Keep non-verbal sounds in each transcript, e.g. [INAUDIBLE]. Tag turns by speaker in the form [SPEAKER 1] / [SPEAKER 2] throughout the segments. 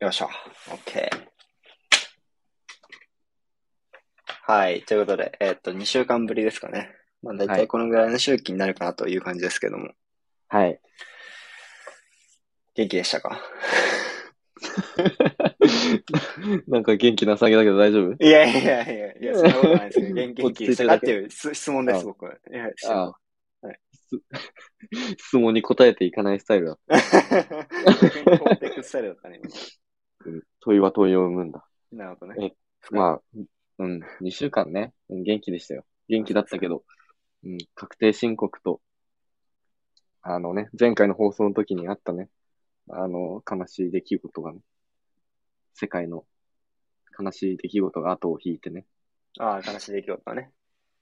[SPEAKER 1] よいしょ。OK。はい。ということで、えっと、2週間ぶりですかね。まあ、大
[SPEAKER 2] は
[SPEAKER 1] 体
[SPEAKER 2] い
[SPEAKER 1] このぐらいの周期になるかなという感じですけども。
[SPEAKER 2] はい。 [LAUGHS]
[SPEAKER 1] 元気でしたか [LAUGHS]
[SPEAKER 2] なんか元気なさげだけど大丈夫
[SPEAKER 1] いやいやいやいや、そんなことないですけど、元気
[SPEAKER 2] 落
[SPEAKER 1] 元気
[SPEAKER 2] ち着
[SPEAKER 1] で
[SPEAKER 2] い
[SPEAKER 1] したたか
[SPEAKER 2] だ
[SPEAKER 1] って
[SPEAKER 2] け
[SPEAKER 1] いうす質問です、
[SPEAKER 2] あ
[SPEAKER 1] 僕。いや、
[SPEAKER 2] あ
[SPEAKER 1] は
[SPEAKER 2] す [LAUGHS] 質問に答えていかないスタイルだ。
[SPEAKER 1] [LAUGHS] 逆にコンテクスタイルだったね、
[SPEAKER 2] 問いは問いを生むんだ。
[SPEAKER 1] 今。なる
[SPEAKER 2] [LAUGHS]
[SPEAKER 1] ほど
[SPEAKER 2] え
[SPEAKER 1] ね。
[SPEAKER 2] まあ、うん、2週間ね、うん元気でしたよ。元気だったけど、うん、確定申告と、あのね、前回の放送の時にあったね、あの、悲しい出来事がね、世界の悲しい出来事が後を引いてね、
[SPEAKER 1] ああ、悲しい出来事だね。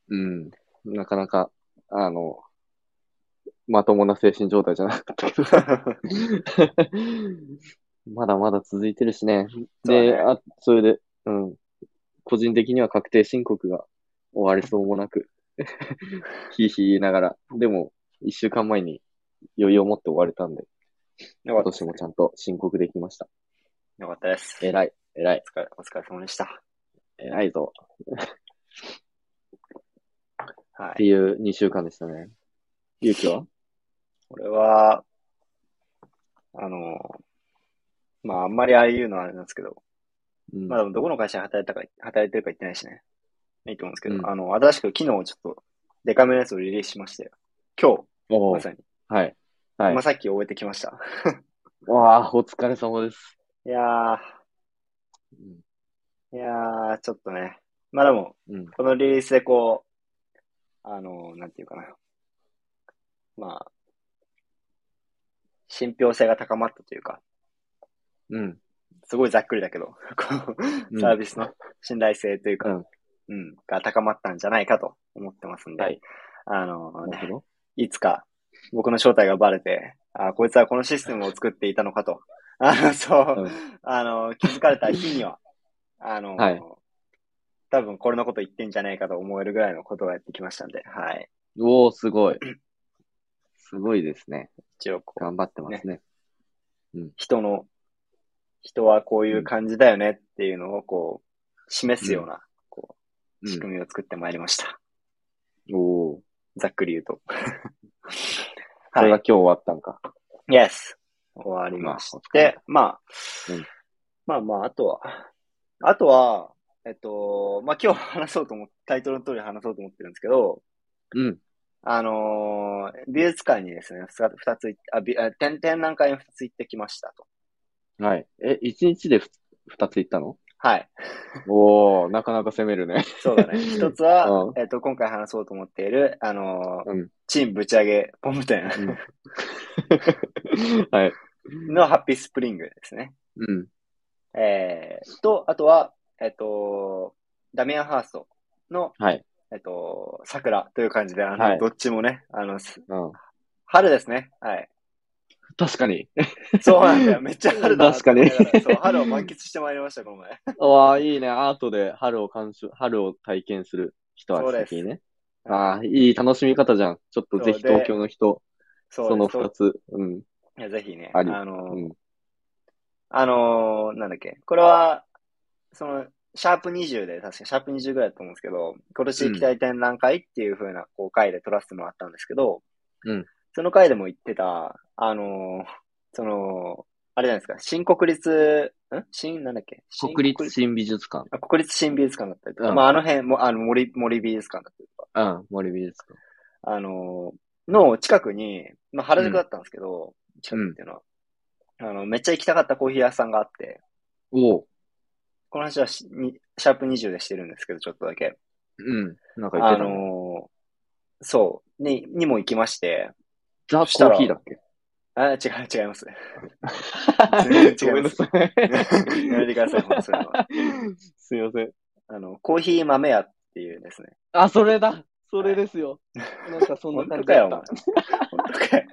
[SPEAKER 2] うん、なかなか、あの、まともな精神状態じゃなかったけど、 [LAUGHS] まだまだ続いてるしね。
[SPEAKER 1] そうだね
[SPEAKER 2] で、あ、それで、うん。個人的には確定申告が終わりそうもなく、 [LAUGHS] ひいひい言いながら、でも、一週間前に余裕を持って終われたんで、
[SPEAKER 1] よか
[SPEAKER 2] 今
[SPEAKER 1] ったで
[SPEAKER 2] 年
[SPEAKER 1] す
[SPEAKER 2] もちゃんと申告できました。
[SPEAKER 1] よかったです。お疲
[SPEAKER 2] 偉い、偉い、
[SPEAKER 1] れ、お疲れ様でした。
[SPEAKER 2] 偉いぞ。
[SPEAKER 1] は
[SPEAKER 2] っ
[SPEAKER 1] い
[SPEAKER 2] て。いう2週間でしたね。ゆうきは
[SPEAKER 1] 俺は、あの、まあ、あんまりああいうのはあれなんですけど、
[SPEAKER 2] うん。
[SPEAKER 1] まあでもどこの会社に働いたか、働いてるか言ってないしね。いいと思うんですけど、
[SPEAKER 2] うん
[SPEAKER 1] あの、新しく昨日ちょっと、デカめのやつをリリースしまして、今日、
[SPEAKER 2] お
[SPEAKER 1] ま
[SPEAKER 2] う
[SPEAKER 1] さに、
[SPEAKER 2] はい。はい
[SPEAKER 1] 今。さっき終えてきました。
[SPEAKER 2] わあ、お疲れ様です。
[SPEAKER 1] いや
[SPEAKER 2] うん
[SPEAKER 1] ー、いやー、ちょっとね。まあでも、
[SPEAKER 2] うん。
[SPEAKER 1] このリリースでこう、あの、なんていうかな。まあ、信憑性が高まったというか、
[SPEAKER 2] うん。
[SPEAKER 1] すごいざっくりだけど、 [LAUGHS] こ
[SPEAKER 2] う
[SPEAKER 1] うんサービスの信頼性というか、
[SPEAKER 2] うん
[SPEAKER 1] うん、が高まったんじゃないかと思ってますんで、
[SPEAKER 2] はい
[SPEAKER 1] あの、
[SPEAKER 2] なる
[SPEAKER 1] ね、
[SPEAKER 2] ほ
[SPEAKER 1] いつか僕の正体がバレて、あこいつはこのシステムを作っていたのかと、 [LAUGHS] あの、そう、
[SPEAKER 2] ど。うん。
[SPEAKER 1] あの、気づかれた日には、あの、
[SPEAKER 2] はい
[SPEAKER 1] 多分これのこと言ってんじゃないかと思えるぐらいのことがやってきましたんで、はい。
[SPEAKER 2] おお、すごい。すごいですね。
[SPEAKER 1] 一応こう、
[SPEAKER 2] 頑張ってますね。
[SPEAKER 1] 人の、人はこういう感じだよねっていうのをこう、示すような、こう、仕
[SPEAKER 2] うん。
[SPEAKER 1] 組みを作ってまいりました。
[SPEAKER 2] おお、
[SPEAKER 1] ざっくり言うと。
[SPEAKER 2] それ
[SPEAKER 1] はい。
[SPEAKER 2] が今日終わったんか。
[SPEAKER 1] Yes. 終わりまし
[SPEAKER 2] まあお疲
[SPEAKER 1] て
[SPEAKER 2] れ、
[SPEAKER 1] まあ
[SPEAKER 2] うん、
[SPEAKER 1] まあまあ、あとは、あとは、えっと、まあ今日話そうと思って、タイトルの通り話そうと思ってるんですけど、
[SPEAKER 2] うん。
[SPEAKER 1] あのー美術館にですね、二つ二つ行って、あ、びあ展展覧会に二つ行ってきましたと。
[SPEAKER 2] はい。え、一日でふ二つ行った [LAUGHS] の
[SPEAKER 1] はい。
[SPEAKER 2] おお、なかなか攻めるね。
[SPEAKER 1] そう
[SPEAKER 2] [LAUGHS]
[SPEAKER 1] だね。一つは、
[SPEAKER 2] うん
[SPEAKER 1] えっと、今回話そうと思っている、あのー
[SPEAKER 2] うん
[SPEAKER 1] チームぶち上げポム店
[SPEAKER 2] はい。
[SPEAKER 1] のハッピースプリングですね。
[SPEAKER 2] うん。
[SPEAKER 1] えー、と、あとは、えっと、ダミアン・ハーストの、
[SPEAKER 2] はい。
[SPEAKER 1] えっと、桜という感じで、あの、
[SPEAKER 2] はい
[SPEAKER 1] どっちもね、あの、す
[SPEAKER 2] うん。
[SPEAKER 1] 春ですね。はい。
[SPEAKER 2] 確かに。
[SPEAKER 1] そうなんだ
[SPEAKER 2] [LAUGHS]
[SPEAKER 1] よ。めっちゃ春だなと思いながら
[SPEAKER 2] 確かに
[SPEAKER 1] そう、春を満喫してまいりました、この前。
[SPEAKER 2] わあ、いいね。アートで春を鑑賞、春を体験する人は先にね。ああ、いい楽しみ方じゃん。ちょっとぜひ
[SPEAKER 1] そうで
[SPEAKER 2] 東京の人、
[SPEAKER 1] そう
[SPEAKER 2] [LAUGHS] その
[SPEAKER 1] です
[SPEAKER 2] 二つ。うん。
[SPEAKER 1] いや、ぜひね、あ
[SPEAKER 2] あり
[SPEAKER 1] の、
[SPEAKER 2] うん。
[SPEAKER 1] あのーなんだっけ、これは、その、シャープ20で、確かシャープ20ぐらいだと思うんですけど、今年行きたい展覧会っていう風な、こう、回で取らせてもらったんですけど、
[SPEAKER 2] うん
[SPEAKER 1] その回でも言ってた、あのーその、あれじゃないですか、新国立、ん新、なんだっけ新
[SPEAKER 2] 国立新美術館。
[SPEAKER 1] あ国立新美術館だったりとか、
[SPEAKER 2] うん
[SPEAKER 1] まあ、あの辺も、あの森、森美術館だったりとか、
[SPEAKER 2] うん。森美術館。
[SPEAKER 1] あのーの近くに、まあ、原宿だったんですけど、近くっていうのは、あの、めっちゃ行きたかったコーヒー屋さんがあって、
[SPEAKER 2] おお。
[SPEAKER 1] この話はしにシャープ20でしてるんですけど、ちょっとだけ。
[SPEAKER 2] うん。なんか言っ
[SPEAKER 1] あ
[SPEAKER 2] てたね。
[SPEAKER 1] のーそう、に、にも行きまして、
[SPEAKER 2] ザ・コ
[SPEAKER 1] したら
[SPEAKER 2] ーヒーだっけ
[SPEAKER 1] あ、違う、違います。全然違います
[SPEAKER 2] ごめんなさい
[SPEAKER 1] やめてください、もうそれは。
[SPEAKER 2] すいません。
[SPEAKER 1] あの、コーヒー豆屋っていうですね。
[SPEAKER 2] あ、それだそれですよ。なんかそんな
[SPEAKER 1] 本
[SPEAKER 2] 感
[SPEAKER 1] 当
[SPEAKER 2] じ
[SPEAKER 1] か
[SPEAKER 2] だ
[SPEAKER 1] よ、お
[SPEAKER 2] っ
[SPEAKER 1] 前
[SPEAKER 2] た。。
[SPEAKER 1] 本当かよ。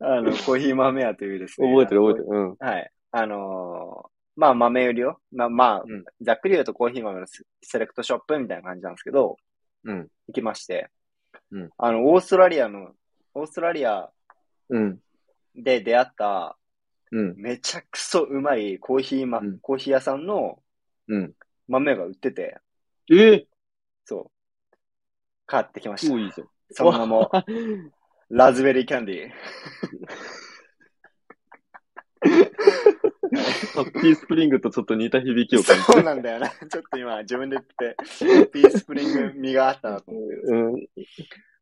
[SPEAKER 1] あの、コーヒー豆屋というですね。
[SPEAKER 2] 覚えてる覚えて
[SPEAKER 1] る。
[SPEAKER 2] る。うん。
[SPEAKER 1] はい。あのーまあ、豆売りを、まあ、まあ
[SPEAKER 2] うん、
[SPEAKER 1] ざっくり言うとコーヒー豆のセセレクトショップみたいな感じなんですけど、
[SPEAKER 2] うん。
[SPEAKER 1] 行きまして、
[SPEAKER 2] うん
[SPEAKER 1] あの、オーストラリアの、オーストラリア
[SPEAKER 2] うん。
[SPEAKER 1] で出会った、
[SPEAKER 2] うん。
[SPEAKER 1] めちゃくそうまいコーヒー、ま
[SPEAKER 2] うん、
[SPEAKER 1] コーヒー屋さんの
[SPEAKER 2] うん。
[SPEAKER 1] 豆が売ってて、
[SPEAKER 2] ええ
[SPEAKER 1] そう。買ってきまし
[SPEAKER 2] 超
[SPEAKER 1] た。
[SPEAKER 2] いいじゃん。
[SPEAKER 1] [LAUGHS] その名も、ラズベリーキャンディー。
[SPEAKER 2] ハッピースプリングとちょっと似た響きを感じ
[SPEAKER 1] そうなんだよな。 [LAUGHS] ちょっと今、自分で言って、ピースプリング味があったなと思って。
[SPEAKER 2] う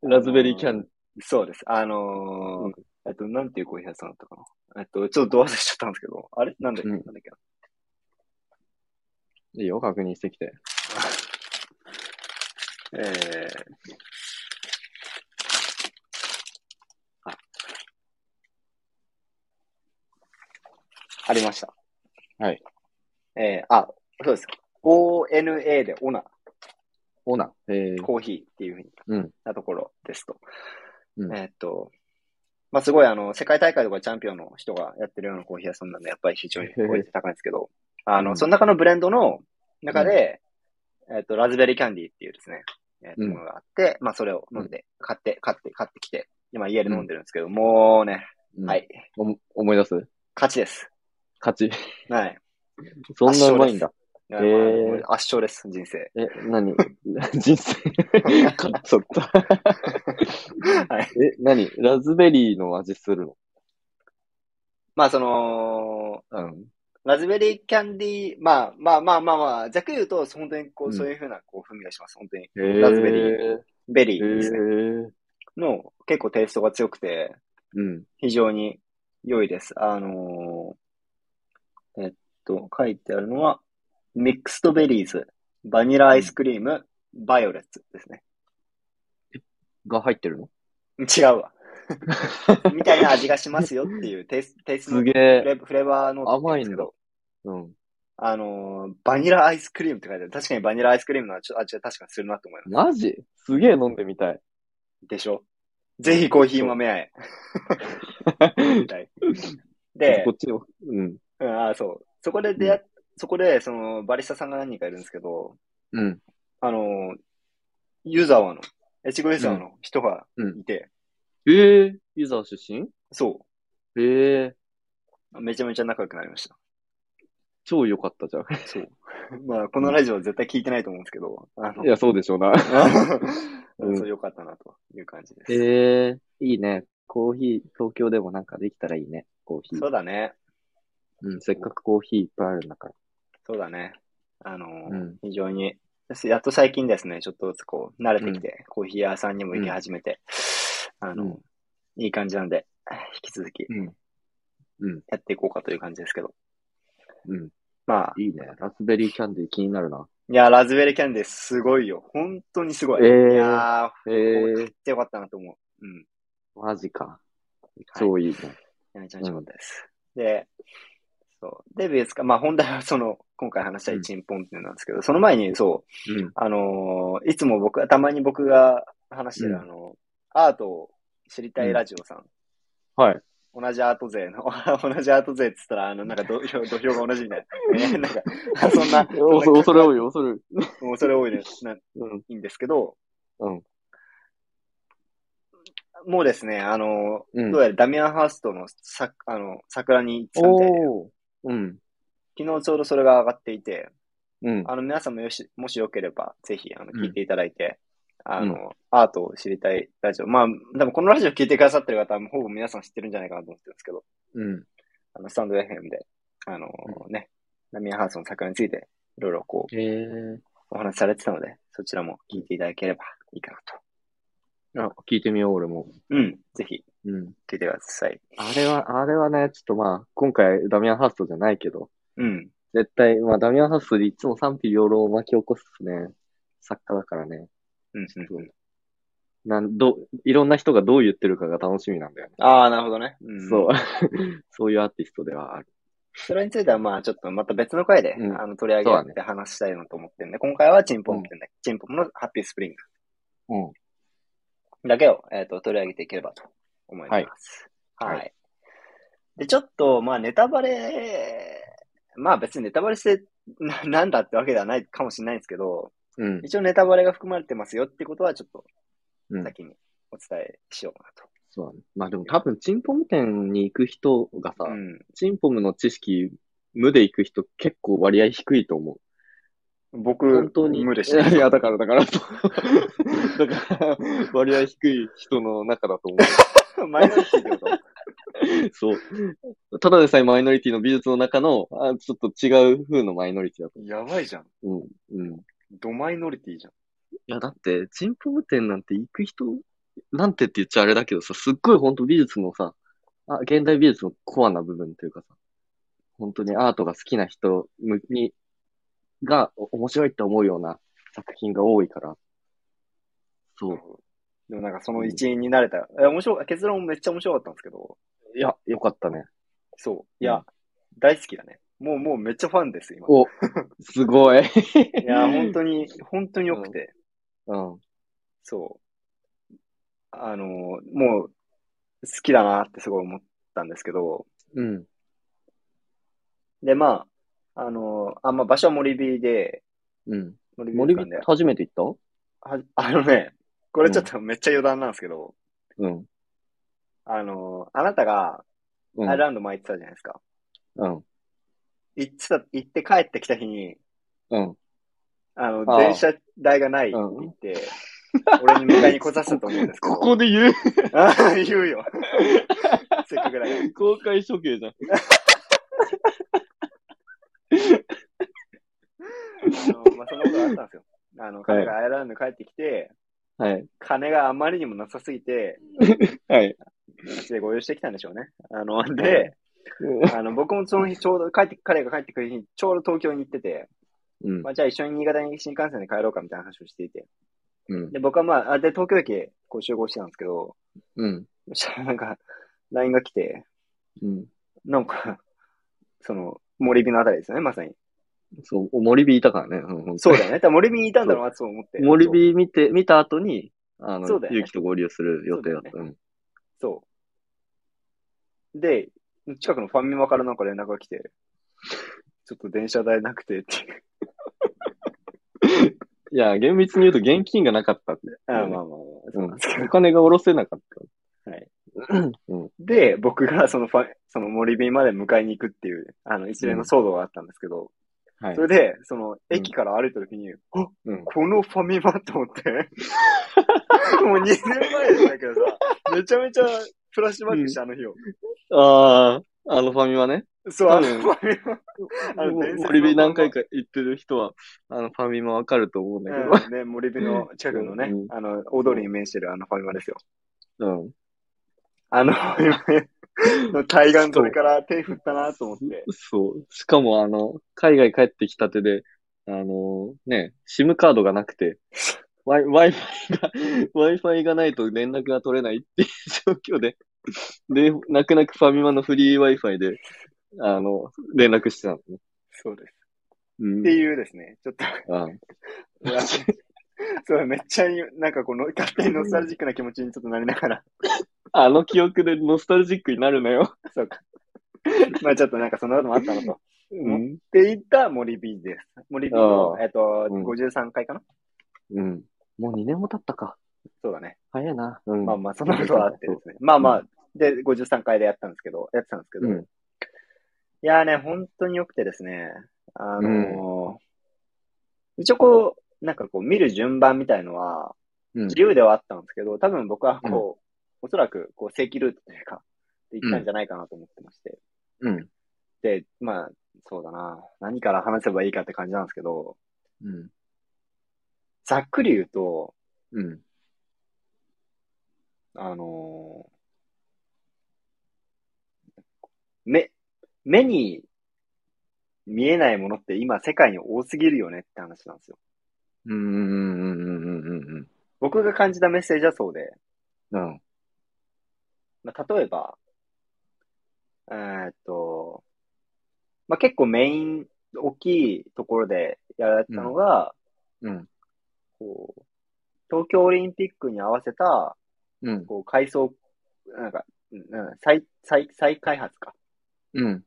[SPEAKER 2] ん。ラズベリーキャン、
[SPEAKER 1] そうです。あのー、えっと、なんていうコーヒー屋さんだったかな。えっと、ちょっとドア忘れしちゃったんですけど、あれなんだっけ、
[SPEAKER 2] うん
[SPEAKER 1] なんだっけ
[SPEAKER 2] いいよ、確認してきて。
[SPEAKER 1] な。えー、あ。ありました。
[SPEAKER 2] はい。
[SPEAKER 1] えー、あ、そうです。ONA でオナ、
[SPEAKER 2] オナ。えー、
[SPEAKER 1] コーヒーっていうふうに
[SPEAKER 2] うん。
[SPEAKER 1] なところですと。
[SPEAKER 2] うん
[SPEAKER 1] えーっと、まあ、すごいあの、世界大会とかチャンピオンの人がやってるようなコーヒー屋さんなんで、やっぱり非常にクオリティ高いんですけど、あ
[SPEAKER 2] う
[SPEAKER 1] の、
[SPEAKER 2] ん
[SPEAKER 1] その中のブレンドの中で、えーっと、ラズベリーキャンディーっていうですね、えーっと、
[SPEAKER 2] うん
[SPEAKER 1] ものがあって、まあ、それを飲んで、買って、買って、買ってきて、今家で飲んでるんですけど、もうね、
[SPEAKER 2] うん
[SPEAKER 1] はい、
[SPEAKER 2] お思い出す
[SPEAKER 1] 勝ちです。
[SPEAKER 2] 勝ち。
[SPEAKER 1] はい。
[SPEAKER 2] そんなうまいんだ。
[SPEAKER 1] え
[SPEAKER 2] ー
[SPEAKER 1] 圧勝です、人生。
[SPEAKER 2] え、何 [LAUGHS]
[SPEAKER 1] [LAUGHS]
[SPEAKER 2] 人生勝っちゃった。
[SPEAKER 1] はい。
[SPEAKER 2] え、何ラズベリーの味するの
[SPEAKER 1] まあ、その、
[SPEAKER 2] うん。
[SPEAKER 1] ラズベリーキャンディー、まあまあまあまあまあ、ざっくり言うと、本当にこ
[SPEAKER 2] うん
[SPEAKER 1] う、そういうふうな、こう、風味がします。本当に。
[SPEAKER 2] へー
[SPEAKER 1] ラズベリベリーですね。
[SPEAKER 2] へー
[SPEAKER 1] の、結構テイストが強くて、
[SPEAKER 2] うん。
[SPEAKER 1] 非常に良いです。あのーえっと、書いてあるのは、ミックストベリーズ、バニラアイスクリーム、バイオレッツですね。
[SPEAKER 2] が入ってるの
[SPEAKER 1] 違う
[SPEAKER 2] [LAUGHS]
[SPEAKER 1] わ。みたいな味がしますよっていうテイステイスト
[SPEAKER 2] す
[SPEAKER 1] の
[SPEAKER 2] げ
[SPEAKER 1] フ
[SPEAKER 2] え。
[SPEAKER 1] レフレーバーの。
[SPEAKER 2] 甘いんだ。うん。
[SPEAKER 1] あのーバニラアイスクリームって書いてある。確かにバニラアイスクリームの味は確かにするなと思います。
[SPEAKER 2] マジすげえ飲んでみたい。
[SPEAKER 1] でしょぜひコーヒー豆あえ。みたいで
[SPEAKER 2] こ、っちにも。うん。
[SPEAKER 1] うん、あそう。そこで出会っ、そこで、その、バリスタさんが何人かいるんですけど、
[SPEAKER 2] うん。
[SPEAKER 1] あの、湯沢の、越後湯沢の人がいて、
[SPEAKER 2] えー、ユーザー出身
[SPEAKER 1] そ
[SPEAKER 2] えー、
[SPEAKER 1] う。めちゃめちゃ仲良くなりました。
[SPEAKER 2] 超良かったじゃん。
[SPEAKER 1] そう。
[SPEAKER 2] [LAUGHS]
[SPEAKER 1] まあ、このラジオ絶対聞いてないと思うんですけど、あの
[SPEAKER 2] い、や、そうでしょうな。
[SPEAKER 1] [LAUGHS]
[SPEAKER 2] うん
[SPEAKER 1] そう、よかったなという感じです。
[SPEAKER 2] えー、いいね。コーヒー、東京でもなんかできたらいいね。コーヒー
[SPEAKER 1] そ。うだね。
[SPEAKER 2] うん、せっかくコーヒーいっぱいあるんだから。
[SPEAKER 1] そうだね。あの、
[SPEAKER 2] うん
[SPEAKER 1] 非常に、やっと最近ですね、ちょっとずつこう、慣れてきて、コーヒー屋さんにも行き始めて、あの、
[SPEAKER 2] うん
[SPEAKER 1] いい感じなんで、引き続き
[SPEAKER 2] うん。
[SPEAKER 1] やっていこうかという感じですけど。
[SPEAKER 2] うん。
[SPEAKER 1] まあ、
[SPEAKER 2] いいね。ラズベリーキャンディー気になるな。
[SPEAKER 1] いや、ラズベリーキャンディーすごいよ。本当にすごい。
[SPEAKER 2] えー
[SPEAKER 1] いやー、買
[SPEAKER 2] えー、
[SPEAKER 1] ってよかったなと思う。うん。
[SPEAKER 2] マジか。
[SPEAKER 1] はい
[SPEAKER 2] 超いいね。
[SPEAKER 1] めちゃめちゃ良かったです。で、そう。デビューですか。まあ、本題はその、今回話したいチンポンっていうのなんですけど、その前に、そう、
[SPEAKER 2] うん。
[SPEAKER 1] あのーいつも僕、たまに僕が話してる、
[SPEAKER 2] うん
[SPEAKER 1] あの、アートを知りたいラジオさん。
[SPEAKER 2] はい。
[SPEAKER 1] 同じアート勢の、 [LAUGHS] 同じアート勢って言ったら、あの、なんか [LAUGHS] 土俵、土俵が同じみたいな。 [LAUGHS] ねなんか、そんな、
[SPEAKER 2] [LAUGHS] おそ恐れ多い、恐れ多い。
[SPEAKER 1] もうそれ多いです。な
[SPEAKER 2] うん。
[SPEAKER 1] いいんですけど、
[SPEAKER 2] うん。
[SPEAKER 1] もうですね、あの、
[SPEAKER 2] うん
[SPEAKER 1] どうやらダミアン・ハーストのさあの桜に行ってたみたいで、
[SPEAKER 2] おー。うん。
[SPEAKER 1] 昨日ちょうどそれが上がっていて、
[SPEAKER 2] うん。
[SPEAKER 1] あの、皆さんもよし、もしよければ、ぜひ、あの、
[SPEAKER 2] うん
[SPEAKER 1] 聞いていただいて、あ
[SPEAKER 2] う
[SPEAKER 1] の、アートを知りたいラジオ。まあ、でもこのラジオ聞いてくださってる方は、ほぼ皆さん知ってるんじゃないかなと思ってるんですけど、
[SPEAKER 2] うん。
[SPEAKER 1] あの、スタンド FM で、あの、ね、ダミアン・ハーストの桜について、いろいろこう、
[SPEAKER 2] へえ。
[SPEAKER 1] お話しされてたので、そちらも聞いていただければいいかなと。
[SPEAKER 2] あ、聞いてみよう、俺も。
[SPEAKER 1] うん、ぜひ、
[SPEAKER 2] うん。
[SPEAKER 1] 聞いてください。
[SPEAKER 2] あれは、あれはね、ちょっとまあ、今回、ダミアンハーストじゃないけど、
[SPEAKER 1] うん。
[SPEAKER 2] 絶対、まあ、ダミアンハーストでいつも賛否両論を巻き起こすね、作家だからね。
[SPEAKER 1] うん、うんうん。
[SPEAKER 2] なん、ど、いろんな人がどう言ってるかが楽しみなんだよね。
[SPEAKER 1] ああ、なるほどね。うん、
[SPEAKER 2] そう。 [LAUGHS] そういうアーティストではある。
[SPEAKER 1] それについては、まあ、ちょっとまた別の回で、
[SPEAKER 2] うん
[SPEAKER 1] あの取り上
[SPEAKER 2] そうだ
[SPEAKER 1] げ
[SPEAKER 2] ね
[SPEAKER 1] て話したいなと思ってるんで、今回はチンポンってんだ、チンポンのハッピースプリン
[SPEAKER 2] うん。
[SPEAKER 1] グだけを、えっと取り上げていければと思います。
[SPEAKER 2] は
[SPEAKER 1] は
[SPEAKER 2] い
[SPEAKER 1] い。
[SPEAKER 2] は
[SPEAKER 1] で、ちょっと、まあ、ネタバレ、まあ別にネタバレしてな [LAUGHS] なんだってわけではないかもしれないんですけど、
[SPEAKER 2] うん。
[SPEAKER 1] 一応ネタバレが含まれてますよってことは、ちょっと
[SPEAKER 2] うん
[SPEAKER 1] 先にお伝えしようかなと
[SPEAKER 2] そうだね。まあでも多分、チンポム店に行く人がさ、
[SPEAKER 1] う
[SPEAKER 2] チンポムの知識、無で行く人結構割合低いと思う。
[SPEAKER 1] ん。僕、
[SPEAKER 2] 本当に。
[SPEAKER 1] 無でした。
[SPEAKER 2] いや、だから、だから、 [LAUGHS] そうだから、割合低い人の中だと
[SPEAKER 1] [LAUGHS] [LAUGHS]
[SPEAKER 2] 思
[SPEAKER 1] マイノリティってこと
[SPEAKER 2] う。そう。ただでさえマイノリティの美術の中の、あちょっと違う風のマイノリティだと
[SPEAKER 1] [LAUGHS] やばいじゃん。
[SPEAKER 2] 思う。うん。うん。い
[SPEAKER 1] ドマイノリティじゃん。
[SPEAKER 2] や、だって、チンポム店なんて行く人、なんてって言っちゃあれだけどさ、すっごい本当美術のさ、あ、現代美術のコアな部分というかさ、本当にアートが好きな人向に、がお面白いって思うような作品が多いから。そう。
[SPEAKER 1] でもなんかその一員になれた。え、面白い。結論もめっちゃ面白かったんですけど。
[SPEAKER 2] いや、よかったね。
[SPEAKER 1] そう。いうや
[SPEAKER 2] ん、
[SPEAKER 1] 大好きだね。もう、もうめっちゃファンです、今。
[SPEAKER 2] [LAUGHS] お、すごい。い
[SPEAKER 1] いや、本当に、本当に良くて。
[SPEAKER 2] うん。
[SPEAKER 1] そう。あの、もう、好きだなってすごい思ったんですけど。
[SPEAKER 2] うん。
[SPEAKER 1] で、まあ、あの、あ、まあ場所は森ビで、
[SPEAKER 2] うん。
[SPEAKER 1] 森
[SPEAKER 2] 森
[SPEAKER 1] ビ
[SPEAKER 2] ビ
[SPEAKER 1] 館で。
[SPEAKER 2] 初めて行っ
[SPEAKER 1] はあのね、これちょっとめっちゃ余談なんですけど、
[SPEAKER 2] たうん。
[SPEAKER 1] あの、あなたが
[SPEAKER 2] う
[SPEAKER 1] アイ
[SPEAKER 2] ん。
[SPEAKER 1] ランド前行ってたじゃないですか。
[SPEAKER 2] うん。
[SPEAKER 1] 行ってた、行って帰ってきた日に、
[SPEAKER 2] うん。
[SPEAKER 1] あの、
[SPEAKER 2] ああ
[SPEAKER 1] 電車代がないって言って、俺に迎えに来させたと思うんですけど。
[SPEAKER 2] ここで言う
[SPEAKER 1] ああ [LAUGHS] 言うよ。 [LAUGHS] せっかくだから。
[SPEAKER 2] 公開処刑じゃん。
[SPEAKER 1] あの、まあ、そんなことがあったんですよ。あの、彼がアイランド帰ってきて、
[SPEAKER 2] はい。
[SPEAKER 1] 金があまりにもなさすぎて、
[SPEAKER 2] はい。
[SPEAKER 1] でご用意してきたんでしょうね。あの、で、あの、僕もその日ちょうど帰って、彼が帰ってくる日にちょうど東京に行ってて、
[SPEAKER 2] うん
[SPEAKER 1] ま。あ、じゃあ一緒に新潟に新幹線で帰ろうかみたいな話をしていて。
[SPEAKER 2] うん。
[SPEAKER 1] で、僕はまあ、あで、東京駅、こう集合してたんですけど、
[SPEAKER 2] うん。
[SPEAKER 1] そしたらなんか、LINE が来て、
[SPEAKER 2] うん。
[SPEAKER 1] なんか、その、森火のあたりですよね、まさに。
[SPEAKER 2] そう、森ビいたからね。うん、ほんと
[SPEAKER 1] そうだよね。多分森火にいたんだろうな、そう思って。
[SPEAKER 2] 森ビ見て、見た後に、あの、
[SPEAKER 1] そ
[SPEAKER 2] ゆ
[SPEAKER 1] うだよね
[SPEAKER 2] きと合流する予定だった。うん。
[SPEAKER 1] そう。で、近くのファミマからなんか連絡が来て、ちょっと電車代なくてっていう。
[SPEAKER 2] いや、厳密に言うと現金がなかったって。
[SPEAKER 1] あまあまあまあ、そうなんですけど
[SPEAKER 2] お金が下ろせなかった。
[SPEAKER 1] はい。
[SPEAKER 2] うん。
[SPEAKER 1] で、僕がそのファ、その森便まで迎えに行くっていう、あの、一連の騒動があったんですけど、
[SPEAKER 2] はい
[SPEAKER 1] そ。れで、その、
[SPEAKER 2] ん
[SPEAKER 1] 駅から歩いた時に、あ
[SPEAKER 2] うん。
[SPEAKER 1] このファミマと思っ
[SPEAKER 2] [LAUGHS]
[SPEAKER 1] て、もう2年前だけどさ、めちゃめちゃフラッシュバックして、あの日を。
[SPEAKER 2] ああ、あのファミマね。
[SPEAKER 1] そう、あの
[SPEAKER 2] うん
[SPEAKER 1] ファミマ。あの
[SPEAKER 2] もう
[SPEAKER 1] 伝説の
[SPEAKER 2] 森ビ何回か行ってる人は、あの、ファミマわかると思うんだけど。
[SPEAKER 1] うんね、森部の近くのね、
[SPEAKER 2] うん
[SPEAKER 1] あの、大通りに面してるあのファミマですよ。
[SPEAKER 2] うん。
[SPEAKER 1] あの、今の対岸それから手振ったなと思って。
[SPEAKER 2] そう。しかも、あの、海外帰ってきたてで、あのね、シムカードがな
[SPEAKER 1] [LAUGHS]
[SPEAKER 2] くて、ワイ Wi-Fi が、Wi-Fi [LAUGHS] がないと連絡が取れないっていう [LAUGHS] 状況で、で、泣く泣くファミマのフリー Wi-Fi で、あの、連絡してたのね。
[SPEAKER 1] そうです。
[SPEAKER 2] うん
[SPEAKER 1] っていうですね、ちょっと、
[SPEAKER 2] ああ
[SPEAKER 1] [LAUGHS] そうめっちゃいい、なんかこの、勝手にノスタルジックな気持ちにちょっとなりながら、
[SPEAKER 2] あの記憶でノスタルジックになるなよ。
[SPEAKER 1] [LAUGHS] そうか。 [LAUGHS] まあちょっとなんかそんなこともあったのと。っ
[SPEAKER 2] うん。
[SPEAKER 1] て言った森 B です。森 B の
[SPEAKER 2] あ、あ
[SPEAKER 1] えっと、
[SPEAKER 2] うん
[SPEAKER 1] 53回かな
[SPEAKER 2] うん。もう2年も経ったか。
[SPEAKER 1] そうだね。
[SPEAKER 2] 早いな。うん。
[SPEAKER 1] まあまあ、そんなことはあってですね。まあまあ、で、53回でやったんですけど、やってたんですけど、
[SPEAKER 2] うん。
[SPEAKER 1] いやーね、本当に良くてですね、あのー一応こう、なんかこう見る順番みたいのは
[SPEAKER 2] うん。
[SPEAKER 1] 自由ではあったんですけど、多分僕はこう、おそらくこう正規ルートというか、で行ったんじゃないかなと思ってまして。
[SPEAKER 2] うん。
[SPEAKER 1] で、まあ、そうだな、何から話せばいいかって感じなんですけど、
[SPEAKER 2] うん。
[SPEAKER 1] ざっくり言うと、
[SPEAKER 2] うん。
[SPEAKER 1] あのー目、目に見えないものって今世界に多すぎるよねって話なんですよ。
[SPEAKER 2] うんうんうんうんうんうん
[SPEAKER 1] 僕が感じたメッセージはそうで、
[SPEAKER 2] うん。うん。
[SPEAKER 1] まあ、例えば、えーっと、まあ、結構メイン、大きいところでやられてたのが、
[SPEAKER 2] うん。
[SPEAKER 1] こう、東京オリンピックに合わせた、
[SPEAKER 2] うん。
[SPEAKER 1] こう、改装、なんか、うん再、再、再開発か、
[SPEAKER 2] うん。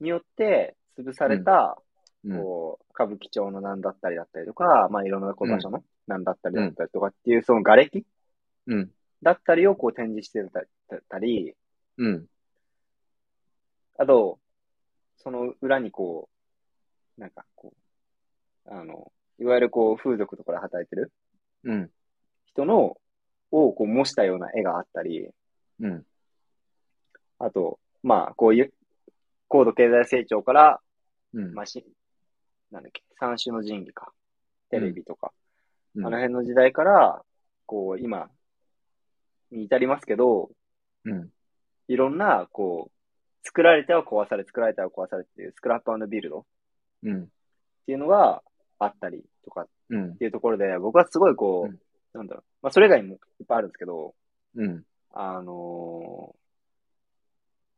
[SPEAKER 1] によって潰された、
[SPEAKER 2] うん。
[SPEAKER 1] こう、歌舞伎町のなんだったりだったりとか、まあ、いろんなこう場所のなんだったりだったりとかっていう、その瓦礫
[SPEAKER 2] うん。
[SPEAKER 1] だったりをこう展示してたりたり、
[SPEAKER 2] うん。
[SPEAKER 1] あと、その裏にこう、なんかこう、あの、いわゆるこう、風俗とかで働いてる
[SPEAKER 2] うん。
[SPEAKER 1] 人の、をこう模したような絵があったり、
[SPEAKER 2] うん。
[SPEAKER 1] あと、まあ、こういう、高度経済成長から、
[SPEAKER 2] うん。
[SPEAKER 1] まあ、し、なんだっけ、三種の神器か。テレビとか、
[SPEAKER 2] うん
[SPEAKER 1] あの辺の時代から、こう、今、に至りますけど、
[SPEAKER 2] うん。
[SPEAKER 1] いろんな、こう、作られては壊され、作られては壊されっていう、スクラップビルドっ
[SPEAKER 2] うん。
[SPEAKER 1] ていうのがあったりとかっ
[SPEAKER 2] うん。
[SPEAKER 1] ていうところで、僕はすごいこう、
[SPEAKER 2] うん
[SPEAKER 1] なんだろう、まあ、それ以外にもいっぱいあるんですけど、
[SPEAKER 2] うん。
[SPEAKER 1] あの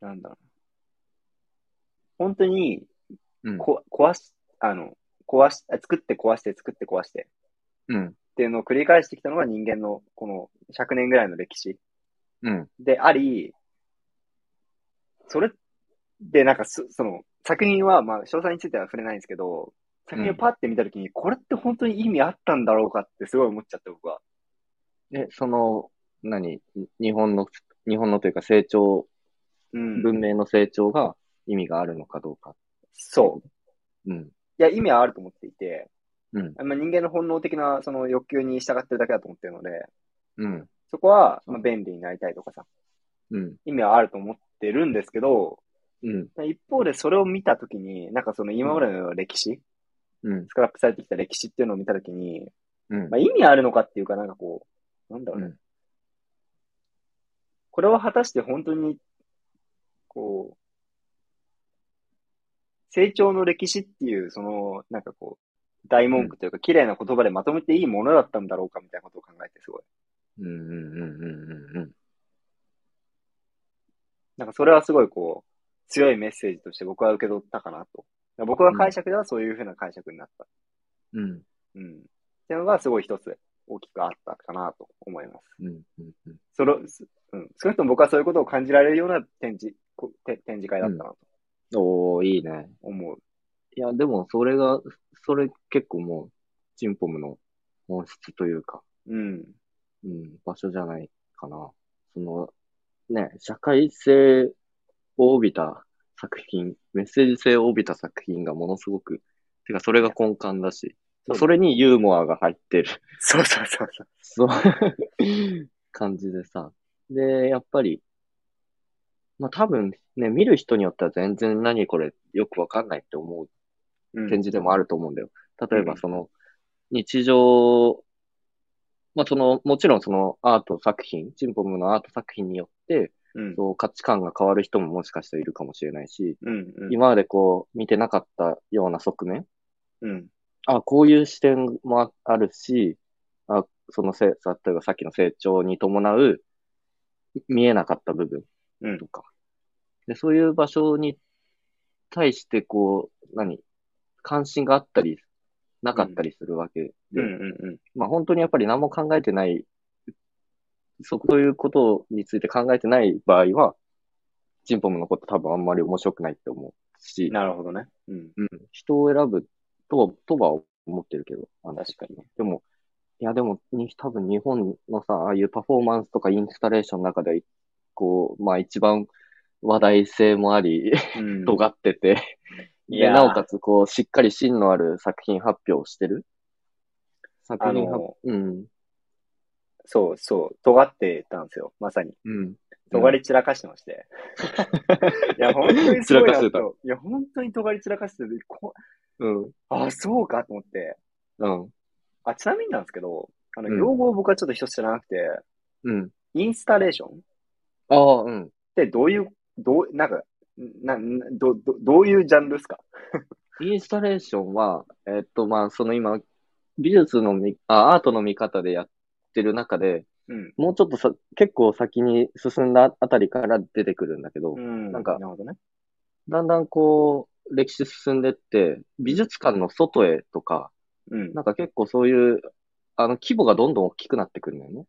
[SPEAKER 1] ーなんだろう。本当に、
[SPEAKER 2] うん。
[SPEAKER 1] こ壊し、あの、壊し、あ作って壊して、作って壊して
[SPEAKER 2] うん。
[SPEAKER 1] っていうのを繰り返してきたのが人間のこの100年ぐらいの歴史
[SPEAKER 2] うん。
[SPEAKER 1] であり、それでなんかす、その、作品は、まあ、詳細については触れないんですけど、作品をパッて見たときに、これって本当に意味あったんだろうかってすごい思っちゃって、僕は。
[SPEAKER 2] え、その、何日本の、日本のというか成長、
[SPEAKER 1] うん。
[SPEAKER 2] 文明の成長が意味があるのかどうか。
[SPEAKER 1] そう。
[SPEAKER 2] うん。
[SPEAKER 1] いや、意味はあると思っていて、
[SPEAKER 2] うん。
[SPEAKER 1] まあ、人間の本能的なその欲求に従ってるだけだと思ってるので、
[SPEAKER 2] うん。
[SPEAKER 1] そこは、まあ、便利になりたいとかさ、
[SPEAKER 2] うん。
[SPEAKER 1] 意味はあると思ってるんですけど、
[SPEAKER 2] うん。
[SPEAKER 1] 一方でそれを見たときに、なんかその今までの歴史、
[SPEAKER 2] うん。
[SPEAKER 1] スクラップされてきた歴史っていうのを見たときに、
[SPEAKER 2] うん
[SPEAKER 1] まあ、。意味あるのかっていうか、なんかこう、なんだろうね。
[SPEAKER 2] うん
[SPEAKER 1] これは果たして本当に、こう、成長の歴史っていう、その、なんかこう、大文句というか、綺麗な言葉でまとめていいものだったんだろうかみたいなことを考えて、すごい。
[SPEAKER 2] うん。うん。うん。うん。
[SPEAKER 1] なんかそれはすごいこう、強いメッセージとして僕は受け取ったかなと。僕は解釈ではそういうふうな解釈になった。
[SPEAKER 2] うん。
[SPEAKER 1] うん。っていうのがすごい一つ大きくあったかなと思います。
[SPEAKER 2] うん。うん。
[SPEAKER 1] それ、すうん。少なくとも僕はそういうことを感じられるような展示、こて展示会だったなと
[SPEAKER 2] おー、いいね。
[SPEAKER 1] 思う。
[SPEAKER 2] いや、でも、それが、それ結構もう、チンポムの本質というか、
[SPEAKER 1] うん。
[SPEAKER 2] うん、場所じゃないかな。その、ね、社会性を帯びた作品、メッセージ性を帯びた作品がものすごく、てか、それが根幹だし、
[SPEAKER 1] そう
[SPEAKER 2] それにユーモアが入ってる。
[SPEAKER 1] そうそうそうそう。
[SPEAKER 2] そう、 [LAUGHS] 感じでさ。で、やっぱり、まあ多分ね、見る人によっては全然何これよくわかんないって思う
[SPEAKER 1] うん、
[SPEAKER 2] 展示でもあると思うんだよ。例え
[SPEAKER 1] う
[SPEAKER 2] ば
[SPEAKER 1] ん
[SPEAKER 2] その、日常、まあその、もちろんそのアート作品、チンポムのアート作品によって、
[SPEAKER 1] うん。
[SPEAKER 2] そう価値観が変わる人ももしかしたらいるかもしれないし、
[SPEAKER 1] うん。うん。
[SPEAKER 2] 今までこう見てなかったような側面、
[SPEAKER 1] うん。
[SPEAKER 2] あ、こういう視点もああるし、あ、そのせ、例えばさっきの成長に伴う見えなかった部分
[SPEAKER 1] うん
[SPEAKER 2] とか。で、そういう場所に対してこう、何、関心があったり、なかったりするわけ
[SPEAKER 1] う
[SPEAKER 2] で、
[SPEAKER 1] ん。うん。
[SPEAKER 2] まあ本当にやっぱり何も考えてない、そ、そういうことについて考えてない場合は、チンポムのこと多分あんまり面白くないって思うし、
[SPEAKER 1] なるほどね。うん。
[SPEAKER 2] うん、人を選ぶとは、とは思ってるけど、あの
[SPEAKER 1] 確かにね。
[SPEAKER 2] でも、いやでも、に多分日本のさ、ああいうパフォーマンスとかインスタレーションの中で、こう、まあ一番話題性もあり、 [LAUGHS]
[SPEAKER 1] うん。
[SPEAKER 2] 尖ってて、
[SPEAKER 1] い
[SPEAKER 2] で、
[SPEAKER 1] やー
[SPEAKER 2] なおかつ、こう、しっかり芯のある作品発表をしてる作
[SPEAKER 1] あ
[SPEAKER 2] 品発
[SPEAKER 1] の、
[SPEAKER 2] うん、
[SPEAKER 1] そうそう。尖ってたんですよ。まさに。
[SPEAKER 2] うん。
[SPEAKER 1] 尖り散らかしてまして。いや、本当にすごいな
[SPEAKER 2] 散らかしてた
[SPEAKER 1] と。いや、本当に尖り散らかしてて、こ
[SPEAKER 2] うん、
[SPEAKER 1] あ、そうかと思って。
[SPEAKER 2] うん、
[SPEAKER 1] あ、ちなみになんですけど、あの、
[SPEAKER 2] うん
[SPEAKER 1] 用語を僕はちょっと一つ知らなくて、
[SPEAKER 2] うん。
[SPEAKER 1] インスタレーションっ
[SPEAKER 2] ああ、うん。
[SPEAKER 1] てどういう、どう、なんか、な、など、ど、どういうジャンルですか
[SPEAKER 2] インスタレーションは、えっと、まあ、その今、美術のみ、あ、アートの見方でやってる中で、
[SPEAKER 1] うん。
[SPEAKER 2] もうちょっとさ、結構先に進んだあたりから出てくるんだけど、
[SPEAKER 1] うん。
[SPEAKER 2] なんか
[SPEAKER 1] なるほどね。
[SPEAKER 2] だんだんこう、歴史進んでって、美術館の外へとか、
[SPEAKER 1] うん。
[SPEAKER 2] なんか結構そういう、あの、規模がどんどん大きくなってくるんだよね。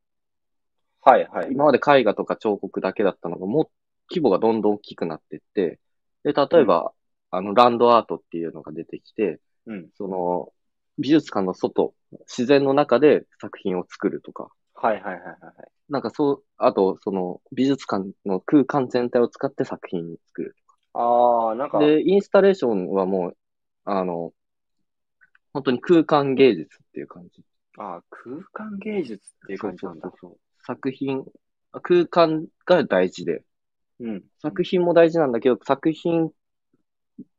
[SPEAKER 1] はいはい。
[SPEAKER 2] 今まで絵画とか彫刻だけだったのが、もう規模がどんどん大きくなってって、で、例えば、あの、ランドアートっていうのが出てきて、
[SPEAKER 1] うん。
[SPEAKER 2] その、美術館の外、自然の中で作品を作るとか、
[SPEAKER 1] はいはいはいはいはい。
[SPEAKER 2] なんかそう、あと、その、美術館の空間全体を使って作品作る。
[SPEAKER 1] ああ、なんか、
[SPEAKER 2] で、インスタレーションはもう、あの、本当に空間芸術っていう感じ。
[SPEAKER 1] あー空間芸術っていう感じなんだ。
[SPEAKER 2] そうそうそう作品、空間が大事で、
[SPEAKER 1] うん。
[SPEAKER 2] 作品も大事なんだけど、作品、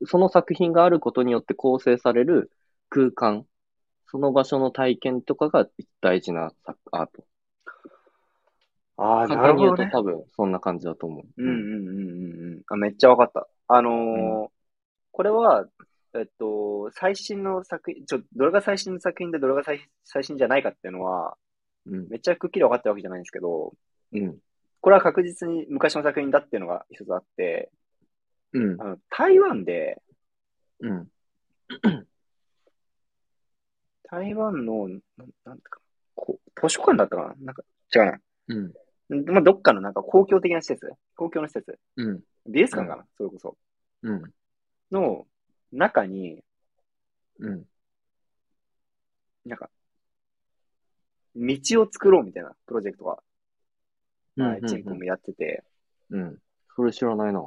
[SPEAKER 2] その作品があることによって構成される空間、その場所の体験とかが大事な作アート。
[SPEAKER 1] ああ、
[SPEAKER 2] 簡
[SPEAKER 1] なる
[SPEAKER 2] 単に
[SPEAKER 1] ほ
[SPEAKER 2] 言う
[SPEAKER 1] ど
[SPEAKER 2] と
[SPEAKER 1] ね。
[SPEAKER 2] 多分そんな感じだと思う。
[SPEAKER 1] うんうんうんうんうん。あ、めっちゃわかった。あのー
[SPEAKER 2] う
[SPEAKER 1] これは、えっと、最新の作品、ちょ、どれが最新の作品でどれが最最新じゃないかっていうのは、
[SPEAKER 2] うん。
[SPEAKER 1] めっちゃくっきり分かってるわけじゃないんですけど、
[SPEAKER 2] うん。
[SPEAKER 1] これは確実に昔の作品だっていうのが一つあって、
[SPEAKER 2] うん。
[SPEAKER 1] あの、台湾で、
[SPEAKER 2] うん。
[SPEAKER 1] 台湾の、ななんてか、こ図書館だったかななんか、違うな。
[SPEAKER 2] うん。
[SPEAKER 1] んまあ、どっかのなんか公共的な施設、公共の施設、
[SPEAKER 2] うん。
[SPEAKER 1] 美術館かな、それこそ。
[SPEAKER 2] うん。
[SPEAKER 1] の中に、
[SPEAKER 2] うん。
[SPEAKER 1] なんか、道を作ろうみたいなプロジェクトが、まあ、チンコもやってて、
[SPEAKER 2] うん。それ知らないな。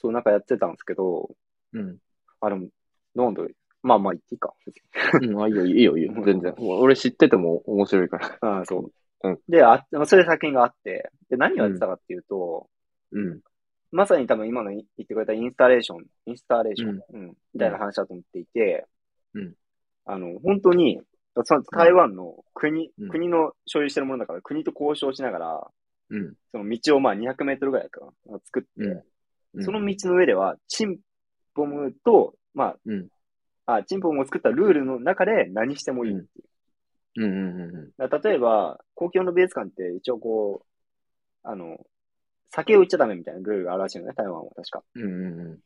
[SPEAKER 1] そうなんかやってたんですけど、
[SPEAKER 2] うん。
[SPEAKER 1] あ、でも、なんだろうまあまあ、いいか。
[SPEAKER 2] うん、あ、いいよ、いいよ、い
[SPEAKER 1] [LAUGHS]
[SPEAKER 2] いよ、全然。俺知ってても面白いから。。
[SPEAKER 1] あそううんで、あ、それで作品があって、で、何をやってたかっていうと、
[SPEAKER 2] うん。
[SPEAKER 1] まさに多分今の言ってくれたインスタレーション、インスタレーション、うん、みたいな話だと思っていて、
[SPEAKER 2] うん。
[SPEAKER 1] あの、本当に、その台湾の国、
[SPEAKER 2] うん
[SPEAKER 1] 国の所有してるものだから、国と交渉しながら、
[SPEAKER 2] うん。
[SPEAKER 1] その道をまあ200メートルぐらいかな、作って、
[SPEAKER 2] うんうん
[SPEAKER 1] その道の上では、チンポムと、ま
[SPEAKER 2] うん。
[SPEAKER 1] あ、あ、チンポムを作ったルールの中で何してもいい。
[SPEAKER 2] うんうん。うん。うん。
[SPEAKER 1] だから例えば、公共の美術館って一応こう、あの、酒を売っちゃダメみたいなルールがあるらしいよね、台湾は確か。
[SPEAKER 2] うん。うん。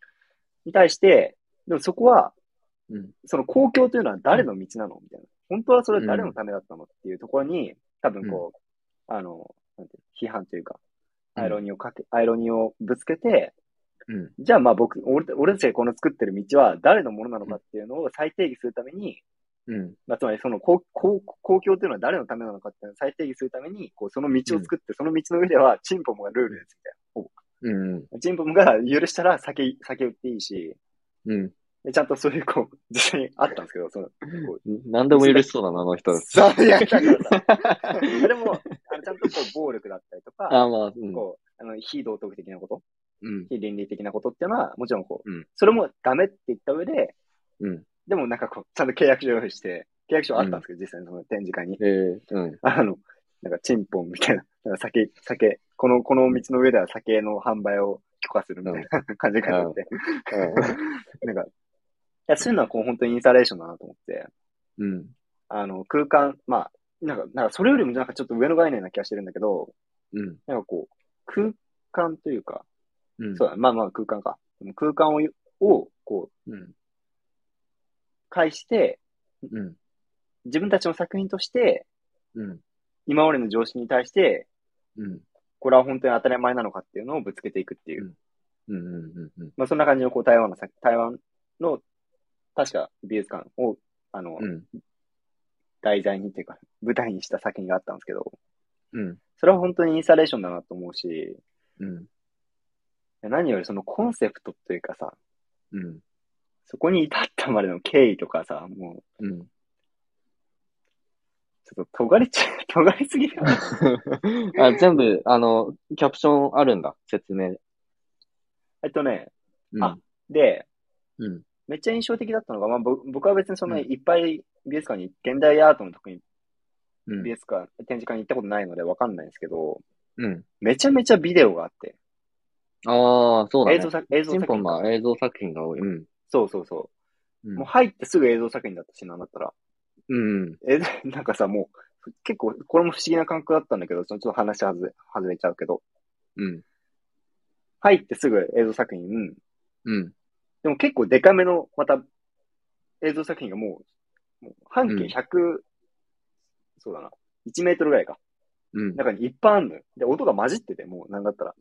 [SPEAKER 1] に対して、でもそこは、
[SPEAKER 2] うん。
[SPEAKER 1] その公共というのは誰の道なのみたいな。本当はそれ誰のためだったのっていうところに、多分こう、あの、なんていうの批判というか、アイロニーをかけ、アイロニーをぶつけて、
[SPEAKER 2] うん。
[SPEAKER 1] じゃあまあ僕、俺た俺たちがこの作ってる道は誰のものなのかっていうのを再定義するために、
[SPEAKER 2] うん。
[SPEAKER 1] まあ、つまりその公公公共というのは誰のためなのかっていうのを再定義するために、こうその道を作って、その道の上ではチンポムがルールですみたい
[SPEAKER 2] うん。
[SPEAKER 1] な。チンポムが許したら酒、酒売っていいし、
[SPEAKER 2] うん。
[SPEAKER 1] でちゃんとそういうこう、実際にあったんですけど、その、こ
[SPEAKER 2] 何でも許しそうだな、あの人
[SPEAKER 1] う、。 [LAUGHS] そういやだから
[SPEAKER 2] [LAUGHS]
[SPEAKER 1] さ、それも、あのちゃんとこう暴力だったりとか、
[SPEAKER 2] あ、まあ、うん。
[SPEAKER 1] こう、あの、非道徳的なこと、
[SPEAKER 2] うん。
[SPEAKER 1] 非倫理的なことっていうのは、もちろんこう、
[SPEAKER 2] うん
[SPEAKER 1] それもダメって言った上で、
[SPEAKER 2] うん。
[SPEAKER 1] でもなんかこう、ちゃんと契約書用意して、契約書あったんですけど、実際にその展示会に。 [LAUGHS]
[SPEAKER 2] ええ、うん。
[SPEAKER 1] あの、なんかチンポンみたいな、なんか酒、酒、この、この道の上では酒の販売を許可するみたいな感じがあって、 [LAUGHS] なんか、いやそういうのはこう本当にインスタレーションだなと思って、
[SPEAKER 2] うん。
[SPEAKER 1] あの、空間、まあ、なんか、なんかそれよりもなんかちょっと上の概念な気がしてるんだけど、
[SPEAKER 2] うん。
[SPEAKER 1] なんかこう、空間というか、
[SPEAKER 2] うん。
[SPEAKER 1] そうだ、まあまあ空間か。でも空間を、を、こう、
[SPEAKER 2] うん。
[SPEAKER 1] 介して、
[SPEAKER 2] うん。
[SPEAKER 1] 自分たちの作品として、
[SPEAKER 2] うん。
[SPEAKER 1] 今までの常識に対して、
[SPEAKER 2] うん。
[SPEAKER 1] これは本当に当たり前なのかっていうのをぶつけていくっていう。
[SPEAKER 2] うんうん。うん。うん。
[SPEAKER 1] まあそんな感じのこう台湾の作、台湾の確か美術館をあの、
[SPEAKER 2] うん。
[SPEAKER 1] 題材にっていうか舞台にした作品があったんですけど、
[SPEAKER 2] うん。
[SPEAKER 1] それは本当にインスタレーションだなと思うし、
[SPEAKER 2] うん。
[SPEAKER 1] 何よりそのコンセプトというかさ、
[SPEAKER 2] うん。
[SPEAKER 1] そこに至ったまでの経緯とかさ、もう
[SPEAKER 2] うん。
[SPEAKER 1] ちょっと尖りち、 [LAUGHS] 尖りすぎだな。
[SPEAKER 2] [LAUGHS] あ、全部、あの、キャプションあるんだ、説明。
[SPEAKER 1] えっとね、
[SPEAKER 2] うん。
[SPEAKER 1] で、
[SPEAKER 2] うん。
[SPEAKER 1] めっちゃ印象的だったのが、まあぼ僕は別にそんなにいっぱい美術館に、現代アートの特に
[SPEAKER 2] うん
[SPEAKER 1] 美。術館、展示会に行ったことないのでわかんないんですけど、
[SPEAKER 2] うん。
[SPEAKER 1] めちゃめちゃビデオがあって、
[SPEAKER 2] ああ、そうだね。
[SPEAKER 1] 映像作映像
[SPEAKER 2] チン
[SPEAKER 1] 作
[SPEAKER 2] ポン
[SPEAKER 1] 品か
[SPEAKER 2] は映像作品が多い。うん。
[SPEAKER 1] そうそうそう。
[SPEAKER 2] うん
[SPEAKER 1] もう入ってすぐ映像作品だったし、なんだったら。
[SPEAKER 2] うん。
[SPEAKER 1] え、 [LAUGHS] なんかさ、もう、結構、これも不思議な感覚だったんだけど、ちょっと話外れ外れちゃうけど、
[SPEAKER 2] うん。
[SPEAKER 1] 入ってすぐ映像作品、
[SPEAKER 2] うん。
[SPEAKER 1] でも結構デカめの、また、映像作品がもう、もう半
[SPEAKER 2] うん
[SPEAKER 1] 径100、そうだな、1メートルぐらいか。
[SPEAKER 2] うん。
[SPEAKER 1] 中にいっぱいあんのよ。で、音が混じってて、もう、なんだったら。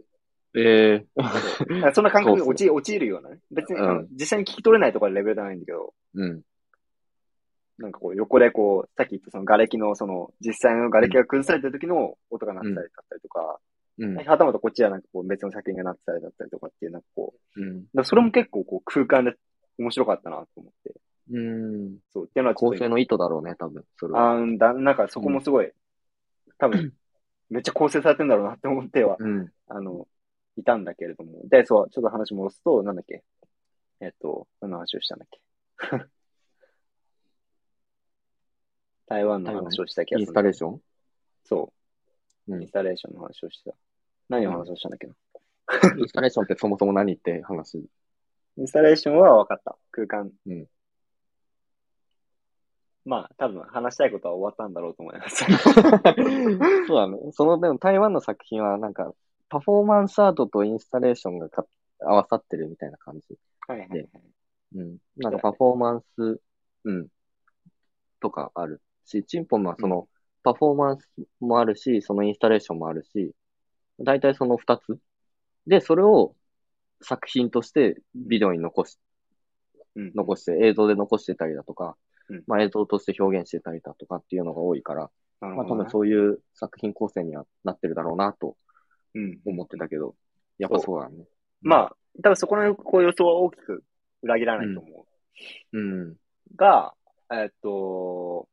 [SPEAKER 2] ええ。
[SPEAKER 1] だからそんな感覚に
[SPEAKER 2] そう
[SPEAKER 1] 陥陥るようなね。別に、
[SPEAKER 2] うん
[SPEAKER 1] あの実際に聞き取れないとかレベルじゃないんだけど、
[SPEAKER 2] うん。
[SPEAKER 1] なんかこう横でこう、さっき言ったその瓦礫の、その実際の瓦礫が崩された時の音が鳴ってたりだったりとか、
[SPEAKER 2] うん。
[SPEAKER 1] はたまたこっちはなんかこう別の作品が鳴ってたりだったりとかっていう、なんかこう、
[SPEAKER 2] うん。
[SPEAKER 1] だからそれも結構こう空間で面白かったなと思って。
[SPEAKER 2] うん。
[SPEAKER 1] そう。っていうのはちょっ
[SPEAKER 2] 構
[SPEAKER 1] と
[SPEAKER 2] 成の意図だろうね、多分。それは。
[SPEAKER 1] あーだ、なんかそこもすごい、多分、めっちゃ構成されてんだろうなって思っては、
[SPEAKER 2] うん。
[SPEAKER 1] あの、いたんだけれども。で、そう、ちょっと話戻すと、なんだっけ。えっと、何の話をしたんだっけ。 [LAUGHS] 台湾の話をした気が
[SPEAKER 2] イン
[SPEAKER 1] す
[SPEAKER 2] ス
[SPEAKER 1] る。
[SPEAKER 2] タレーション
[SPEAKER 1] そう。
[SPEAKER 2] うん
[SPEAKER 1] インスタレーションの話をしてた。何の話をしたんだっけな。
[SPEAKER 2] インスタレーションってそもそも何って話。
[SPEAKER 1] インスタレーションは分かった。空間。
[SPEAKER 2] うん
[SPEAKER 1] まあ、多分話したいことは終わったんだろうと思い
[SPEAKER 2] [LAUGHS]
[SPEAKER 1] ます。
[SPEAKER 2] そうだね。その、でも台湾の作品はなんか、パフォーマンスアートとインスタレーションがか合わさってるみたいな感じ。
[SPEAKER 1] はいはいはい。
[SPEAKER 2] うん。なんかパフォーマンス、うん。とかあるし、チンポンはその、パフォーマンスもあるし、そのインスタレーションもあるし、大体その二つ。で、それを作品としてビデオに残し、
[SPEAKER 1] うん。
[SPEAKER 2] 残して、映像で残してたりだとか、
[SPEAKER 1] うん
[SPEAKER 2] まあ映像として表現してたりだとかっていうのが多いから、
[SPEAKER 1] なる
[SPEAKER 2] ま
[SPEAKER 1] ほ
[SPEAKER 2] あ多
[SPEAKER 1] どね
[SPEAKER 2] 分そういう作品構成にはなってるだろうなと
[SPEAKER 1] うん。
[SPEAKER 2] 思ってたけど、やっぱそうだね。
[SPEAKER 1] まあ、多分そこのこう予想は大きく裏切らないと思
[SPEAKER 2] うん。
[SPEAKER 1] う。が、えーっと、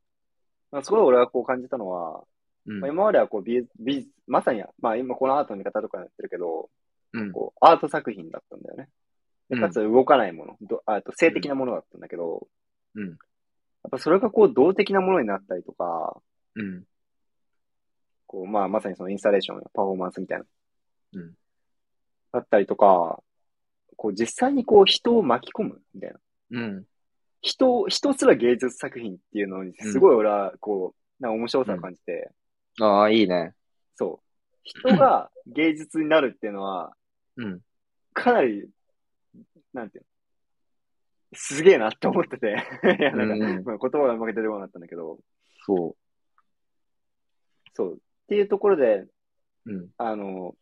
[SPEAKER 1] まあ、すごい俺がこう感じたのは、
[SPEAKER 2] うん
[SPEAKER 1] まあ、。今まではこう美術、美術、まさに、まあ今このアートの見方とかやってるけど、
[SPEAKER 2] うん。
[SPEAKER 1] こうアート作品だったんだよね。で
[SPEAKER 2] うん
[SPEAKER 1] かつ動かないもの、どあと性的なものだったんだけど、
[SPEAKER 2] うん
[SPEAKER 1] やっぱそれがこう動的なものになったりとか、
[SPEAKER 2] うん。
[SPEAKER 1] こうまあまさにそのインスタレーションやパフォーマンスみたいな。
[SPEAKER 2] うん
[SPEAKER 1] だったりとか、こう実際にこう人を巻き込むみたいな。
[SPEAKER 2] うん。
[SPEAKER 1] 人、人すら芸術作品っていうのに、すごい俺は、こう、なんか面白さを感じて、
[SPEAKER 2] ああ、いいね。
[SPEAKER 1] そう。人が芸術になるっていうのは、
[SPEAKER 2] うん。
[SPEAKER 1] かなり、なんていうの、すげえなって思ってて、 [LAUGHS] いや、なんか、
[SPEAKER 2] うんうん
[SPEAKER 1] まあ言葉がうまく出るようになったんだけど、
[SPEAKER 2] そ
[SPEAKER 1] そう。っていうところで、
[SPEAKER 2] う。うん。
[SPEAKER 1] あの、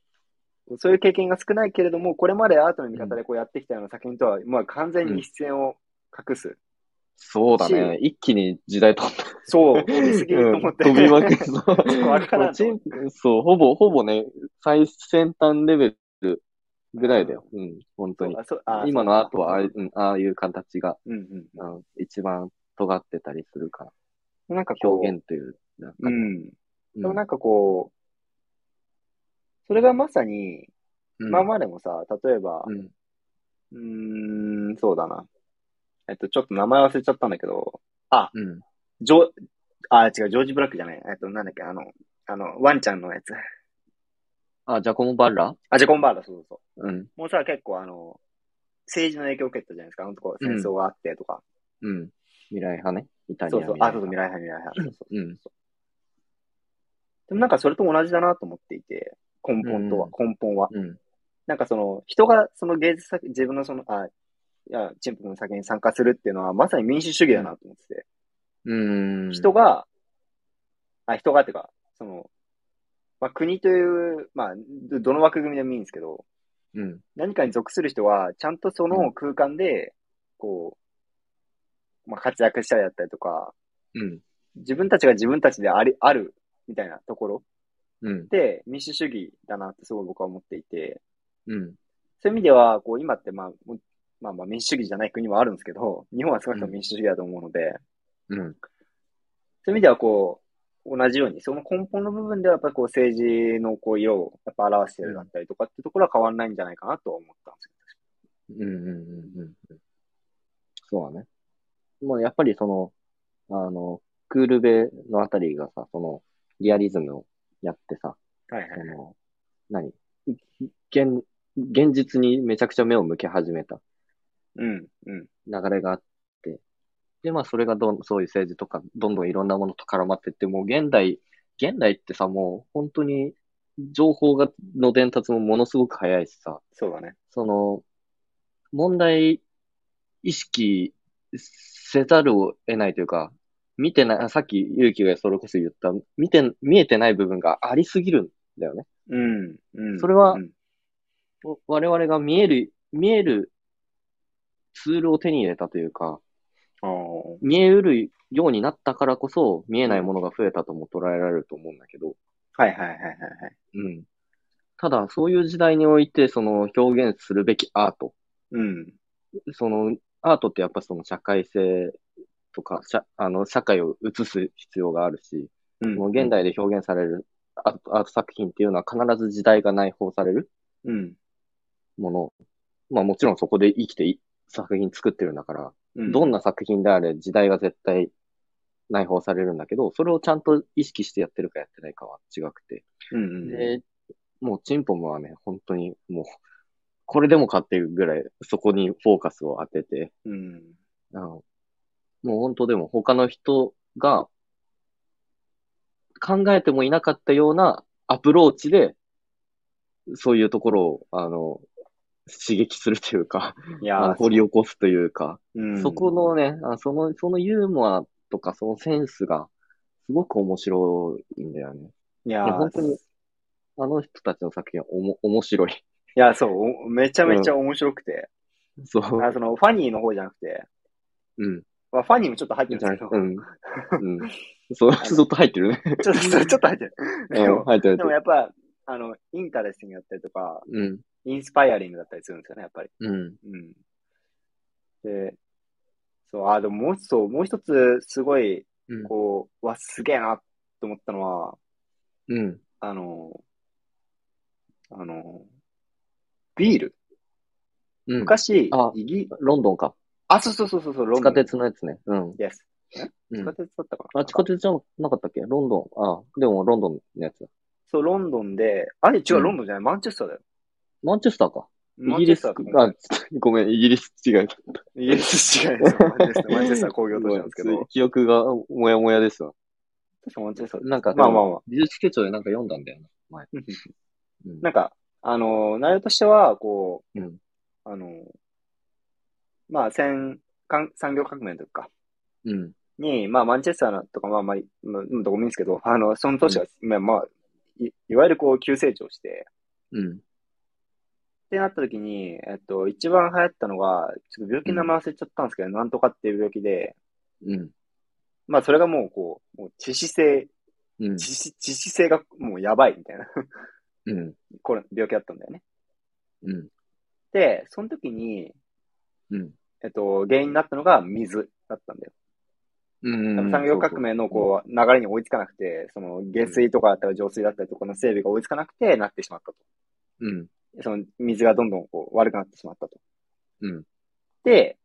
[SPEAKER 1] そういう経験が少ないけれども、これまでアートの見方でこうやってきたような作品とは、まあ完全に一線を隠す。
[SPEAKER 2] そうだね。一気に時代飛んだ。
[SPEAKER 1] そう、すげえと思って。
[SPEAKER 2] 飛び
[SPEAKER 1] [LAUGHS]
[SPEAKER 2] まくりそう。
[SPEAKER 1] わからん
[SPEAKER 2] チンそう、ほぼ、ほぼね、最先端レベルぐらいだよ。うん、本当に。
[SPEAKER 1] あそうあ
[SPEAKER 2] 今のアートはああ
[SPEAKER 1] そ
[SPEAKER 2] い
[SPEAKER 1] う
[SPEAKER 2] う、うん、ああいう形が、
[SPEAKER 1] うんうん。
[SPEAKER 2] うん、一番尖ってたりするから。
[SPEAKER 1] なんかこう
[SPEAKER 2] 表現という。なんか
[SPEAKER 1] うん。
[SPEAKER 2] う
[SPEAKER 1] でもなんかこう、それがまさに、
[SPEAKER 2] うん
[SPEAKER 1] 今までもさ、例えば
[SPEAKER 2] う、ん。
[SPEAKER 1] うーん、そうだな。えっと、ちょっと名前忘れちゃったんだけど、
[SPEAKER 2] うん。
[SPEAKER 1] ジョ、あ、違う、ジョージ・ブラックじゃない。えっと、なんだっけ、あの、あの、ワンちゃんのやつ。
[SPEAKER 2] あ、ジャコモ・バッラ
[SPEAKER 1] あ、ジャコンバーだ、そうそうそ
[SPEAKER 2] うん。
[SPEAKER 1] う。もうさ、結構あの、政治の影響を受けたじゃないですか。あのとこ戦争があってとか。
[SPEAKER 2] うん。未来派ね。イタリア
[SPEAKER 1] そうそう、あ、そうそう、未
[SPEAKER 2] 来
[SPEAKER 1] 来派、未来
[SPEAKER 2] [LAUGHS]
[SPEAKER 1] 派。そうそう。
[SPEAKER 2] 派。
[SPEAKER 1] でもなんかそれと同じだなと思っていて、根本とは、根本は。
[SPEAKER 2] うん。うん。
[SPEAKER 1] なんかその、人がその芸術作、自分のその、あ、いや、チンプの作品に参加するっていうのは、まさに民主主義だなと思ってて、
[SPEAKER 2] うん。
[SPEAKER 1] 人が、あ、人がっていうか、その、まあ、国という、まあ、どどの枠組みでもいいんですけど、
[SPEAKER 2] うん。
[SPEAKER 1] 何かに属する人は、ちゃんとその空間で、こう、まあ、活躍したりだったりとか、
[SPEAKER 2] うん。
[SPEAKER 1] 自分たちが自分たちであり、ある、みたいなところ
[SPEAKER 2] うん
[SPEAKER 1] っ。て、民主主義だなってすごい僕は思っていて、
[SPEAKER 2] うん。
[SPEAKER 1] そういう意味では、こう、今って、まあ、もうまあまあ民主主義じゃない国もあるんですけど、日本は少なくとも民主主義だと思うので、
[SPEAKER 2] うん。
[SPEAKER 1] そういう意味では、こう、同じように、その根本の部分では、やっぱりこう、政治のこう、色をやっぱ表してるだったりとかっていうところは変わらないんじゃないかなとは思ったんです
[SPEAKER 2] うんうんうんうんうん。そうだね。もうやっぱりその、あの、クールベのあたりがさ、その、リアリズムをやってさ、
[SPEAKER 1] けど。はい
[SPEAKER 2] その、何現、現実にめちゃくちゃ目を向け始めた
[SPEAKER 1] うん、うん、
[SPEAKER 2] 流れがあって、で、まあそれがどん、そういう政治とか、どんどんいろんなものと絡まってって、もう現代、現代ってさ、もう本当に情報が、の伝達もものすごく早いしさ、
[SPEAKER 1] そうだね。
[SPEAKER 2] その、問題意識せざるを得ないというか、見てない、あさっき勇気がそれこそ言った、見て、見えてない部分がありすぎるんだよね。
[SPEAKER 1] うん、うん。
[SPEAKER 2] それは
[SPEAKER 1] うん、
[SPEAKER 2] お我々が見える、見えるツールを手に入れたというか、
[SPEAKER 1] ああ、
[SPEAKER 2] 見えうるようになったからこそ、見えないものが増えたとも捉えられると思うんだけど、
[SPEAKER 1] はいはいはいはいはい。
[SPEAKER 2] うん。ただ、そういう時代において、その表現するべきアート、
[SPEAKER 1] うん。
[SPEAKER 2] そのアートってやっぱその社会性とか、社あの社会を映す必要があるし、
[SPEAKER 1] うん。
[SPEAKER 2] もう現。代で表現されるアートアート作品っていうのは必ず時代が内包される
[SPEAKER 1] うん。
[SPEAKER 2] もの。まあもちろんそこで生きてい作品作ってるんだから、
[SPEAKER 1] うん。
[SPEAKER 2] どん
[SPEAKER 1] な。
[SPEAKER 2] な作品であれ時代が絶対内包されるんだけど、それをちゃんと意識してやってるかやってないかは違くて。
[SPEAKER 1] うんうん。
[SPEAKER 2] で、もうチンポムはね、本当にもう、これでもかっていうぐらいそこにフォーカスを当てて、
[SPEAKER 1] うん。
[SPEAKER 2] あのもう本当でも他の人が考えてもいなかったようなアプローチで、そういうところを、あの、刺激するというか、
[SPEAKER 1] い
[SPEAKER 2] あ
[SPEAKER 1] やー
[SPEAKER 2] の掘り起こすというか、
[SPEAKER 1] うん
[SPEAKER 2] そこのね、あその、そのユーモアとかそのセンスが、すごく面白いんだよね。
[SPEAKER 1] いや
[SPEAKER 2] いや
[SPEAKER 1] ー
[SPEAKER 2] 本当にあの人たちの作品はおも面白い。
[SPEAKER 1] いや、そう、おめちゃめちゃ面白くて、
[SPEAKER 2] そう。
[SPEAKER 1] あその、ファニーの方じゃなくて、
[SPEAKER 2] うん。
[SPEAKER 1] まあ、ファニーもちょっと入ってるんですけど、
[SPEAKER 2] うん。うん。そう、ずっと入ってるね。
[SPEAKER 1] [LAUGHS] ちょっと、ちょっと入ってる。で
[SPEAKER 2] うん
[SPEAKER 1] も、
[SPEAKER 2] 入ってる
[SPEAKER 1] でも。やっぱ、あの、インタレスティングだったりとか、
[SPEAKER 2] うん。
[SPEAKER 1] インスパイアリングだったりするんですよね、やっぱり。
[SPEAKER 2] うん。
[SPEAKER 1] うん。で、そう、あ、でももう、そう、もう一つ、すごい、
[SPEAKER 2] うん
[SPEAKER 1] こう、わ、すげえな、と思ったのは、
[SPEAKER 2] うん。
[SPEAKER 1] あの、あの、ビール。
[SPEAKER 2] うん。
[SPEAKER 1] 昔、
[SPEAKER 2] あ
[SPEAKER 1] イギ
[SPEAKER 2] ロンドンか。
[SPEAKER 1] あ、そうそうそうそうそう、ロ
[SPEAKER 2] 地
[SPEAKER 1] ンド
[SPEAKER 2] 下
[SPEAKER 1] ン。
[SPEAKER 2] 鉄のやつね。うん。
[SPEAKER 1] Yes え
[SPEAKER 2] う
[SPEAKER 1] 地
[SPEAKER 2] ん
[SPEAKER 1] 下、鉄だったかな、
[SPEAKER 2] あ、地下鉄じゃなかったっけロンドン。あ、でもロンドンのやつだ。
[SPEAKER 1] そう、ロンドンで、あれ違う、
[SPEAKER 2] うん
[SPEAKER 1] ロンドンじゃない、マンチェスターだよ。
[SPEAKER 2] マンチェスターか。イ
[SPEAKER 1] マン
[SPEAKER 2] ギ
[SPEAKER 1] チェ
[SPEAKER 2] リ
[SPEAKER 1] ス
[SPEAKER 2] ス
[SPEAKER 1] タ
[SPEAKER 2] か
[SPEAKER 1] ーだ。
[SPEAKER 2] あ、ごめん、イギリス違う。
[SPEAKER 1] イギリス違いですよ。マンチェスター、マンチェスター工業都市なんですけ
[SPEAKER 2] ごめ
[SPEAKER 1] ど
[SPEAKER 2] [LAUGHS] ん。記憶がもやもやですわ。
[SPEAKER 1] 確かマンチェスター。
[SPEAKER 2] なんか、
[SPEAKER 1] まあまあまあ。
[SPEAKER 2] 美術基調でなんか読んだんだよな、前。うん
[SPEAKER 1] なんか、あの、内容としては、こう、
[SPEAKER 2] うん
[SPEAKER 1] あの、まあ、戦、産産業革命とか
[SPEAKER 2] うん。
[SPEAKER 1] に、まあ、マンチェスターとか、まあまあ、まあ、どこもいいんですけど、あの、その都市は、まあ、まあ、いいわゆるこう、急成長して、
[SPEAKER 2] うん。
[SPEAKER 1] ってなった時に、えっと、一番流行ったのが、ちょっと病気の名前忘れちゃったんですけど、なんとかっていう病気で、
[SPEAKER 2] うん。
[SPEAKER 1] まあそれがもうこう、もう致死性、
[SPEAKER 2] うん
[SPEAKER 1] 致。死致死性がもうやばいみたいな、
[SPEAKER 2] うん。
[SPEAKER 1] これ病気だったんだよね。
[SPEAKER 2] うん。
[SPEAKER 1] で、その時に、
[SPEAKER 2] うん。
[SPEAKER 1] えっと、原因になったのが水だったんだよ。
[SPEAKER 2] うん。うん
[SPEAKER 1] 産業革命のこう、流れに追いつかなくて、その下水とかだったり浄水だったりとかの整備が追いつかなくてなってしまったと。
[SPEAKER 2] うん。
[SPEAKER 1] その水がどんどんこう悪くなってしまったと。
[SPEAKER 2] うん。
[SPEAKER 1] で、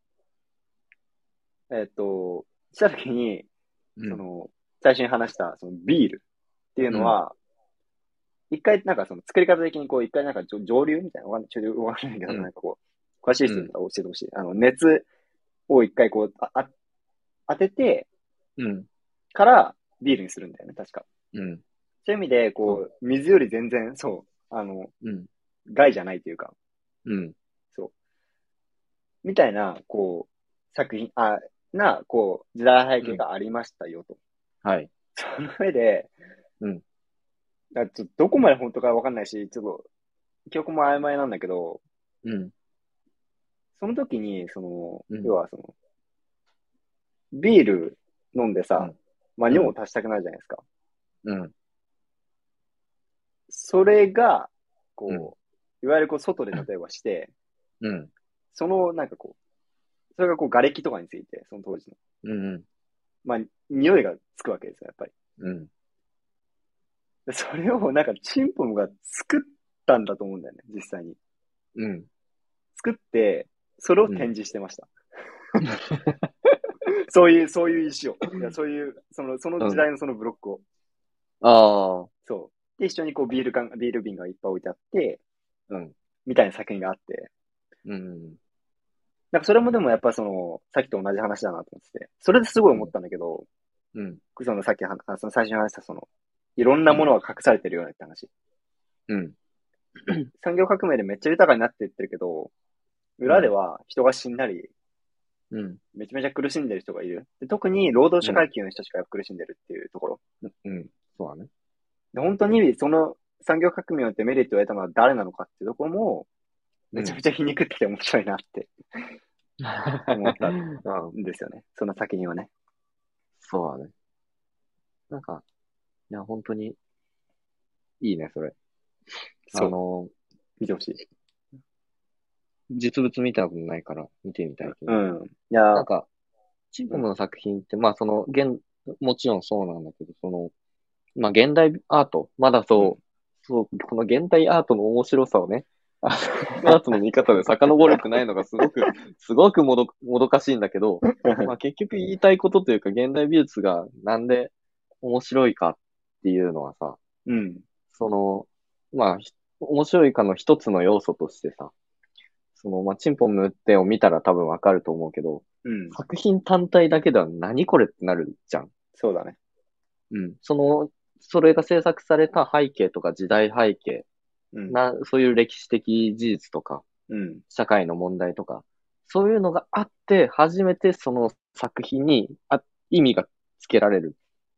[SPEAKER 1] えっと、した時に、
[SPEAKER 2] うん。
[SPEAKER 1] その、最初に話した、そのビールっていうのは、一、回、なんかその作り方的にこう、一回なんか上上流みたいな、わかんない、ちょっとわかんないけど、
[SPEAKER 2] うん
[SPEAKER 1] なんかこう、詳しい人に教えてほしい。あの、熱を一回こう、あ、あ当てて
[SPEAKER 2] うん。
[SPEAKER 1] からビールにするんだよね、確か。
[SPEAKER 2] うん。
[SPEAKER 1] そういう意味で、こう、水より全然、そう、あの、
[SPEAKER 2] うん。
[SPEAKER 1] 害じゃないというか、
[SPEAKER 2] うん。
[SPEAKER 1] みたいな、こう、作品、あ、な、こう、時代背景がありましたよと。
[SPEAKER 2] はい。
[SPEAKER 1] その上で、
[SPEAKER 2] うん
[SPEAKER 1] だちょっとどこまで本当かわかんないし、ちょっと、記憶も曖昧なんだけど、
[SPEAKER 2] うん。
[SPEAKER 1] その時に、その、
[SPEAKER 2] うん
[SPEAKER 1] 要はその、ビール飲んでさ、
[SPEAKER 2] うん
[SPEAKER 1] まあ尿を足したくなるじゃないですか。
[SPEAKER 2] うん。
[SPEAKER 1] それが、こう、
[SPEAKER 2] う
[SPEAKER 1] いわゆるこう外で例えばして、
[SPEAKER 2] うん。
[SPEAKER 1] そのなんかこう、それがこう瓦礫とかについて、その当時の。
[SPEAKER 2] うん。
[SPEAKER 1] まあ、匂いがつくわけですよ、やっぱり。
[SPEAKER 2] うん。
[SPEAKER 1] でそれをなんかチンポムが作ったんだと思うんだよね、実際に。
[SPEAKER 2] うん。
[SPEAKER 1] 作って、それを展示してました。そういう、そういう石を。いやそういう、その、その時代のそのブロックを。
[SPEAKER 2] ああ。
[SPEAKER 1] そう。で、一緒にこうビール缶、ビール瓶がいっぱい置いてあって、
[SPEAKER 2] うん。
[SPEAKER 1] みたいな作品があって。
[SPEAKER 2] うん。
[SPEAKER 1] なんかそれもでもやっぱその、さっきと同じ話だなと思ってて。それですごい思ったんだけど、
[SPEAKER 2] うん。
[SPEAKER 1] そのさっきはあその最初に話したその、いろんなものが隠されてるよねって話。
[SPEAKER 2] うん。
[SPEAKER 1] 産業革命でめっちゃ豊かになっていってるけど、裏では人が死んだり、
[SPEAKER 2] うん。
[SPEAKER 1] めちゃめちゃ苦しんでる人がいる。で特に労働者階級の人しか苦しんでるっていうところ。
[SPEAKER 2] うん。そうだね。
[SPEAKER 1] で本当にその産業革命によってメリットを得たのは誰なのかっていうところも、めちゃめちゃ皮肉ってて面白いなって思ったん
[SPEAKER 2] うん、
[SPEAKER 1] ですよね。その作品はね。
[SPEAKER 2] そうだね。なんか、いや、本当に、いいね、それ。あ
[SPEAKER 1] あの
[SPEAKER 2] の、
[SPEAKER 1] 見てほしい。
[SPEAKER 2] 実物見たことないから、見てみたいけど。
[SPEAKER 1] うん。いや
[SPEAKER 2] なん、か、チームの作品って、まあその、現、もちろんそうなんだけど、その、まあ現代アート、まだそう、そう、この現代アートの面白さをね、 [LAUGHS] あアートの見方で遡れてないのがすごく、すごくもどもどかしいんだけど、まあ結局言いたいことというか、現代美術がなんで面白いかっていうのはさ、
[SPEAKER 1] うん。
[SPEAKER 2] その、まあ、ひ面白いかの一つの要素としてさ、その、まあ、チンポムってを見たら多分わかると思うけど、
[SPEAKER 1] うん。
[SPEAKER 2] 作品単体だけでは何これってなるじゃん。
[SPEAKER 1] そうだね。
[SPEAKER 2] うん。その、それが制作された背景とか時代背景、
[SPEAKER 1] うん。
[SPEAKER 2] な、そういう歴史的事実とか、
[SPEAKER 1] うん。
[SPEAKER 2] 社会の問題とか、そういうのがあって、初めてその作品にあ意味がつけられる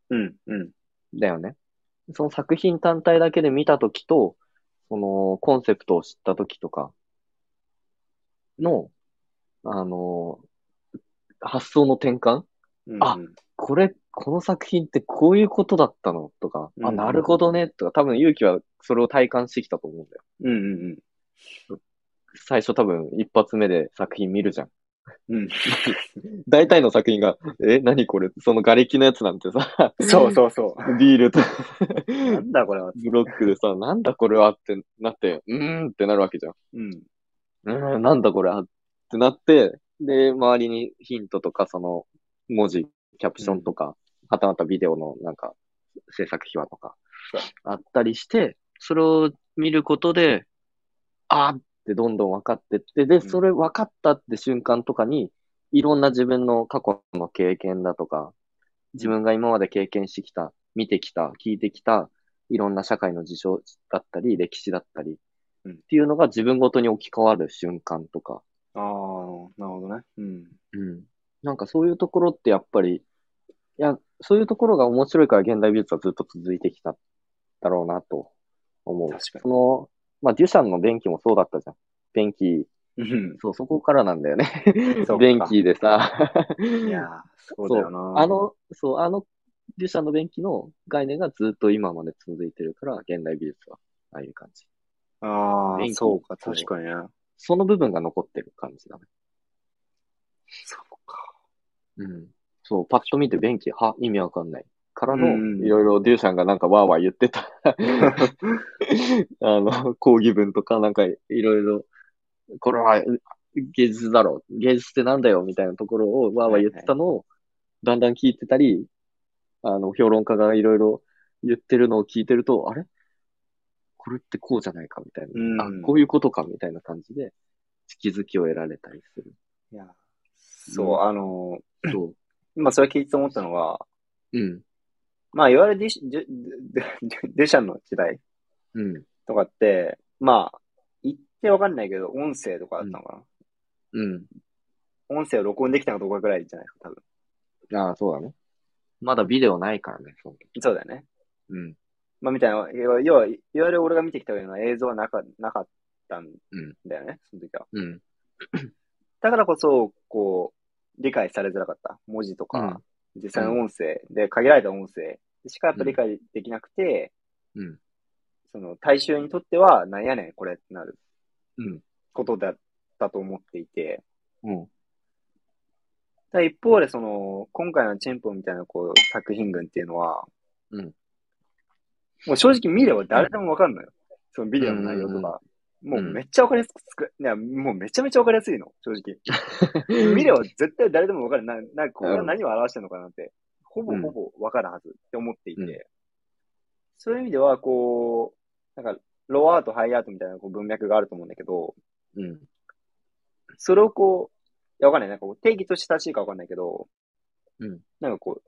[SPEAKER 1] うん。うん。
[SPEAKER 2] んだよね。その作品単体だけで見たときと、そのコンセプトを知ったときとかの、あの、発想の転換
[SPEAKER 1] うん。
[SPEAKER 2] あこれ、この作品ってこういうことだったのとか、
[SPEAKER 1] うん
[SPEAKER 2] あ、なるほどね、とか、多分勇気はそれを体感してきたと思うんだよ。
[SPEAKER 1] うん。うん。
[SPEAKER 2] 最初多分一発目で作品見るじゃん。
[SPEAKER 1] うん。
[SPEAKER 2] [LAUGHS] 大体の作品が、え、何これその瓦礫のやつなんてさ、
[SPEAKER 1] そうそうそう。
[SPEAKER 2] ビールと
[SPEAKER 1] なんだこれは。
[SPEAKER 2] ブロックでさ、なんだこれはってなって、うーんってなるわけじゃん。
[SPEAKER 1] うん。
[SPEAKER 2] うーん、なんだこれはってなって、で、周りにヒントとか、その、文字、キャプションとか、はたまたビデオの、なんか、制作秘話とか
[SPEAKER 1] そう、
[SPEAKER 2] あったりして、それを見ることで、あーってどんどん分かってって、で、
[SPEAKER 1] ん
[SPEAKER 2] それ分かったって瞬間とかに、いろんな自分の過去の経験だとか、自分が今まで経験してきた、見てきた、聞いてきた、いろんな社会の事象だったり、歴史だったり、
[SPEAKER 1] うん
[SPEAKER 2] っていうのが自分ごとに置き換わる瞬間とか、
[SPEAKER 1] ああ、なるほどね。うん。
[SPEAKER 2] うん。なんかそういうところってやっぱり、いや、そういうところが面白いから現代美術はずっと続いてきたんだろうなと思う。
[SPEAKER 1] 確かに
[SPEAKER 2] その、まあ、デュシャンの電気もそうだったじゃん。電気、 [LAUGHS]
[SPEAKER 1] うん。
[SPEAKER 2] そう、そこからなんだよね。 [LAUGHS]
[SPEAKER 1] そうか
[SPEAKER 2] 電気でさ、
[SPEAKER 1] いやー、そうだよな。
[SPEAKER 2] あ、の、そう、あの、デュシャンの便器の概念がずっと今まで続いてるから、現代美術は、ああいう感じ。
[SPEAKER 1] あ
[SPEAKER 2] 電
[SPEAKER 1] あ、
[SPEAKER 2] 気
[SPEAKER 1] そうか、確かにね。
[SPEAKER 2] その部分が残ってる感じだね。
[SPEAKER 1] そうか。
[SPEAKER 2] うん。そう、パッと見て便器、は、意味わかんない。から
[SPEAKER 1] うんうん
[SPEAKER 2] の、いろいろデューシャンがなんかわーわー言ってた、 [LAUGHS] あの、講義文とか、なんかいろいろ、これは芸術だろう。芸術ってなんだよ、みたいなところをわーわー言ってたのを、だんだん聞いてたり、あの、評論家がいろいろ言ってるのを聞いてると、あれこれってこうじゃないか、みたいな。
[SPEAKER 1] うん
[SPEAKER 2] あ、こういうことか、みたいな感じで、気づきを得られたりす
[SPEAKER 1] [LAUGHS]
[SPEAKER 2] る。
[SPEAKER 1] いや、そう、あのー、
[SPEAKER 2] そ
[SPEAKER 1] 今それ聞いて思ったのが、
[SPEAKER 2] う。うん。
[SPEAKER 1] まあ、いわゆるディシデュデュデュデュシャンの時代
[SPEAKER 2] うん。
[SPEAKER 1] とかって、まあ、言ってわかんないけど、音声とかだったのかな。
[SPEAKER 2] うん。
[SPEAKER 1] 音声を録音できたのかどうかぐらいじゃないですか、多分。
[SPEAKER 2] ああ、そうだね。まだビデオないからね、その時。
[SPEAKER 1] そうだよね。
[SPEAKER 2] うん。
[SPEAKER 1] まあ、みたいな、要は、要はいわゆる俺が見てきたような映像はなかなかったん
[SPEAKER 2] うん
[SPEAKER 1] だよね、その時は。
[SPEAKER 2] うん。
[SPEAKER 1] だからこそ、こう、理解されづらかった。文字と
[SPEAKER 2] うん
[SPEAKER 1] か、実際の音声で、限られた音声しかやっぱ理解できなくて、
[SPEAKER 2] うん。
[SPEAKER 1] その、大衆にとっては、なんやねん、これってなる
[SPEAKER 2] うん。
[SPEAKER 1] ことだったと思っていて、
[SPEAKER 2] うん。
[SPEAKER 1] ただ一方で、その、今回のチェンポンみたいな、こう、作品群っていうのは、
[SPEAKER 2] うん
[SPEAKER 1] もう正直見れば誰でもわかるのよ。そのビデオの内容とか。もうめっちゃわかりやすく作る、いや、もうめちゃめちゃわかりやすいの、正 [LAUGHS] 直。見れば絶対誰でもわかる。な、なんかこれは何を表してるのかなって、ほぼほぼわかるはずって思っていて、
[SPEAKER 2] うん
[SPEAKER 1] そういう意味では、こう、なんか、ローアート、ハイアートみたいなこう文脈があると思うんだけど、
[SPEAKER 2] うん。
[SPEAKER 1] それをこう、いや、わかんない。なんかこう定義として正しいかわかんないけど、
[SPEAKER 2] うん。
[SPEAKER 1] なんかこ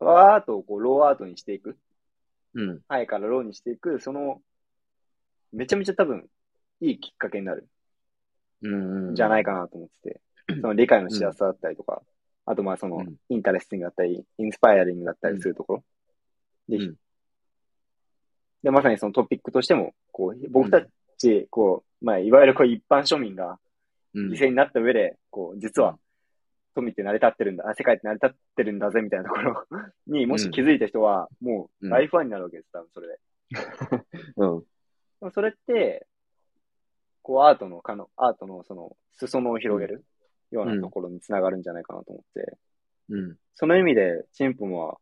[SPEAKER 1] う、アートをこう、ローアートにしていく。
[SPEAKER 2] うん。
[SPEAKER 1] ハイからローにしていく、その、めちゃめちゃ多分、いいきっかけになる。
[SPEAKER 2] うん。。
[SPEAKER 1] じゃないいかなと思ってて、その理解のしやすさだったりとか、あとまあその
[SPEAKER 2] うん、
[SPEAKER 1] インタレスティングだったり、インスパイアリングだったりするところ。
[SPEAKER 2] ん
[SPEAKER 1] で
[SPEAKER 2] うん
[SPEAKER 1] で、まさにそのトピックとしても、こう、僕たち、こう、まあ、いわゆるこう一般庶民が、
[SPEAKER 2] うん。
[SPEAKER 1] 犠牲になった上で、こう、実は、富って成り立ってるんだ、あ世界って成り立ってるんだぜ、みたいなところ [LAUGHS] に、もし気づいた人は、もう、大ファンになるわけです、多分それで。
[SPEAKER 2] うん。
[SPEAKER 1] でもそれって、こう、アートの、かの、アートの、その、裾野を広げるようなところにつながるんじゃないかなと思って、
[SPEAKER 2] うん。
[SPEAKER 1] その意味で、チンプンは、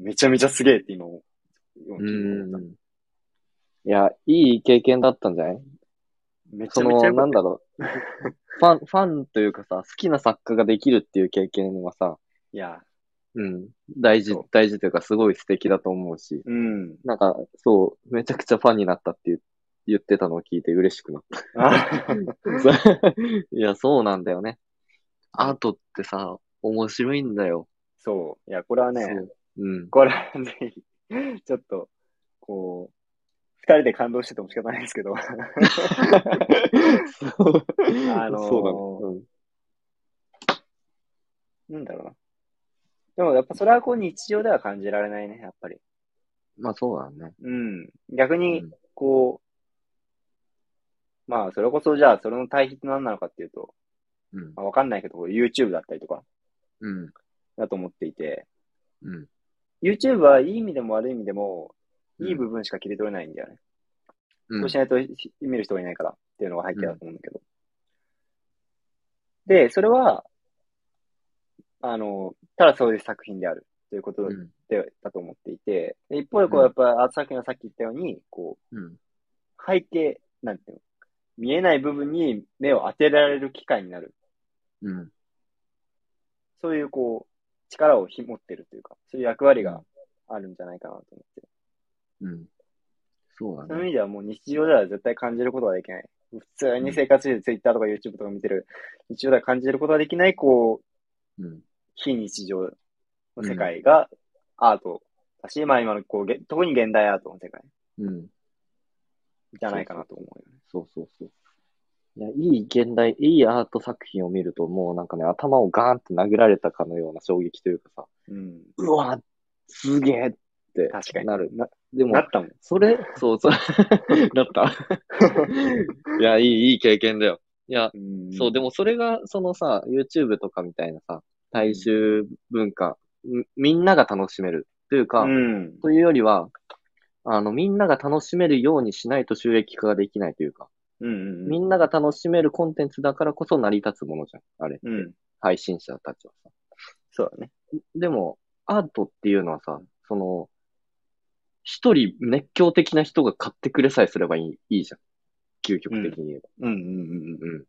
[SPEAKER 1] めちゃめちゃすげえって今、今
[SPEAKER 2] う
[SPEAKER 1] 聞いて思っ
[SPEAKER 2] ん。いや、いい経験だったんじゃない
[SPEAKER 1] ためち
[SPEAKER 2] そ
[SPEAKER 1] ゃめ
[SPEAKER 2] の、
[SPEAKER 1] ちゃ良か
[SPEAKER 2] な
[SPEAKER 1] っ
[SPEAKER 2] ん
[SPEAKER 1] た
[SPEAKER 2] だろう。ファン、ファンというかさ、好きな作家ができるっていう経験はさ、
[SPEAKER 1] いや、
[SPEAKER 2] うん。大事
[SPEAKER 1] そう、
[SPEAKER 2] 大事というか、すごい素敵だと思うし、
[SPEAKER 1] うん。
[SPEAKER 2] なんか、そう、めちゃくちゃファンになったって言う言ってたのを聞いて嬉しくなった。
[SPEAKER 1] あ
[SPEAKER 2] [LAUGHS] いや、そうなんだよね。アートってさ、面白いんだよ。
[SPEAKER 1] そう。いや、これはね、
[SPEAKER 2] そう。うん。
[SPEAKER 1] これはぜひ、ちょっと、こう、二人で感動してても仕方ないですけど、 [LAUGHS]
[SPEAKER 2] [LAUGHS] そう
[SPEAKER 1] あのー
[SPEAKER 2] そう
[SPEAKER 1] なんだろうな。でもやっぱそれはこう日常では感じられないね、やっぱり。
[SPEAKER 2] だね。うん。まあ、そうだね。
[SPEAKER 1] うん。逆
[SPEAKER 2] う
[SPEAKER 1] に
[SPEAKER 2] ん、
[SPEAKER 1] こう、まあ、それこそじゃあ、それの対比って何なのかっていうと、
[SPEAKER 2] うん
[SPEAKER 1] ま。あわかんないけど、YouTube だったりとか、
[SPEAKER 2] うん。
[SPEAKER 1] だと思っていて、
[SPEAKER 2] うん。
[SPEAKER 1] YouTube はいい意味でも悪い意味でも、いい部分しか切り取れないんだよね。
[SPEAKER 2] うん
[SPEAKER 1] そうしないとひ見る人がいないからっていうのが背景だと思うんだけど。で、それは、あの、ただそういう作品であるということで、
[SPEAKER 2] うん
[SPEAKER 1] だと思っていて、で一方でこう、
[SPEAKER 2] うん
[SPEAKER 1] やっぱアート作品はさっき言ったように、こ
[SPEAKER 2] うん。
[SPEAKER 1] う、背景、なんていうの、見えない部分に目を当てられる機会になる。
[SPEAKER 2] うん。
[SPEAKER 1] そういうこう、力をひ持ってるというか、そういう役割があるんじゃないかなと思って。
[SPEAKER 2] うん。そう
[SPEAKER 1] そ
[SPEAKER 2] だ
[SPEAKER 1] の意
[SPEAKER 2] ね。
[SPEAKER 1] 味ではもう日常では絶対感じることができない。普通に生活して Twitter とか YouTube とか見てる、日常では感じることができない、こう、
[SPEAKER 2] うん。
[SPEAKER 1] 非日常の世界がアートだし、まあ今のこう、げ特に現代アートの世界
[SPEAKER 2] うん。
[SPEAKER 1] じゃないかなと思うよね。
[SPEAKER 2] そうそうそう。いや、いい現代、いいアート作品を見ると、もうなんかね、頭をガーンって殴られたかのような衝撃というかさ、
[SPEAKER 1] うん。
[SPEAKER 2] うわ、すげえって
[SPEAKER 1] 確かに
[SPEAKER 2] なる。なで
[SPEAKER 1] なっ、
[SPEAKER 2] も
[SPEAKER 1] たもん。
[SPEAKER 2] それ、そう、 [LAUGHS] そう、なった。
[SPEAKER 1] [LAUGHS]
[SPEAKER 2] いや、いい、いい経験だよ。いや、そう、で
[SPEAKER 1] も、
[SPEAKER 2] もそれが、そのさ、YouTube とかみたいなさ、大衆文化、みみんなが楽しめる。というか、
[SPEAKER 1] うん。
[SPEAKER 2] というよりは、あの、みんなが楽しめるようにしないと収益化ができないというか、
[SPEAKER 1] うんうん
[SPEAKER 2] みんなが楽しめるコンテンツだからこそ成り立つものじゃん。あれって、
[SPEAKER 1] うん。うん。
[SPEAKER 2] 配信者たちはさ。
[SPEAKER 1] そうだね。
[SPEAKER 2] でも、アートっていうのはさ、その、一人熱狂的な人が買ってくれさえすればいいいいじゃん。究極的に言えば。
[SPEAKER 1] うんうんうん
[SPEAKER 2] うん。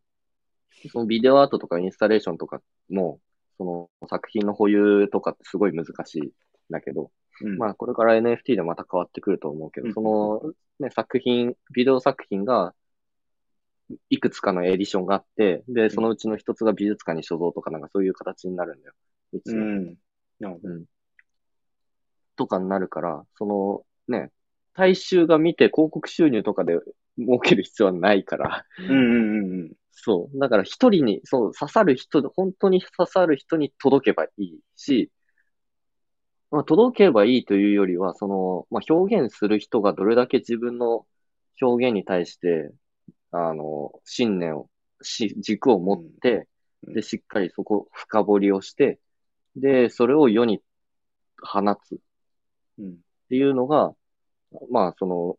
[SPEAKER 2] そのビデオアートとかインスタレーションとかも、その作品の保有とかってすごい難しいんだけど、
[SPEAKER 1] うん。
[SPEAKER 2] ま
[SPEAKER 1] あ、
[SPEAKER 2] あ、これから NFT でまた変わってくると思うけ
[SPEAKER 1] う
[SPEAKER 2] ど、
[SPEAKER 1] ん
[SPEAKER 2] その、ね、作品、ビデオ作品が、いくつかのエディションがあって、で、そのうちの一つが美術館に所蔵とかなんかそういう形になるんだよ。いつ
[SPEAKER 1] う
[SPEAKER 2] も
[SPEAKER 1] ん。なるほど
[SPEAKER 2] とかになるから、その、ね、大衆が見て広告収入とかで儲ける必要はないから、 [LAUGHS]
[SPEAKER 1] うんうんうんうん。
[SPEAKER 2] そう。だから一人に、そう、刺さる人、本当に刺さる人に届けばいいし、まあ、届けばいいというよりは、その、まあ、表現する人がどれだけ自分の表現に対して、あの、信念を、し、軸を持って、
[SPEAKER 1] うん
[SPEAKER 2] で、しっかりそこ、深掘りをして、で、それを世に放つっ
[SPEAKER 1] うん。
[SPEAKER 2] ていうのが、まあ、その、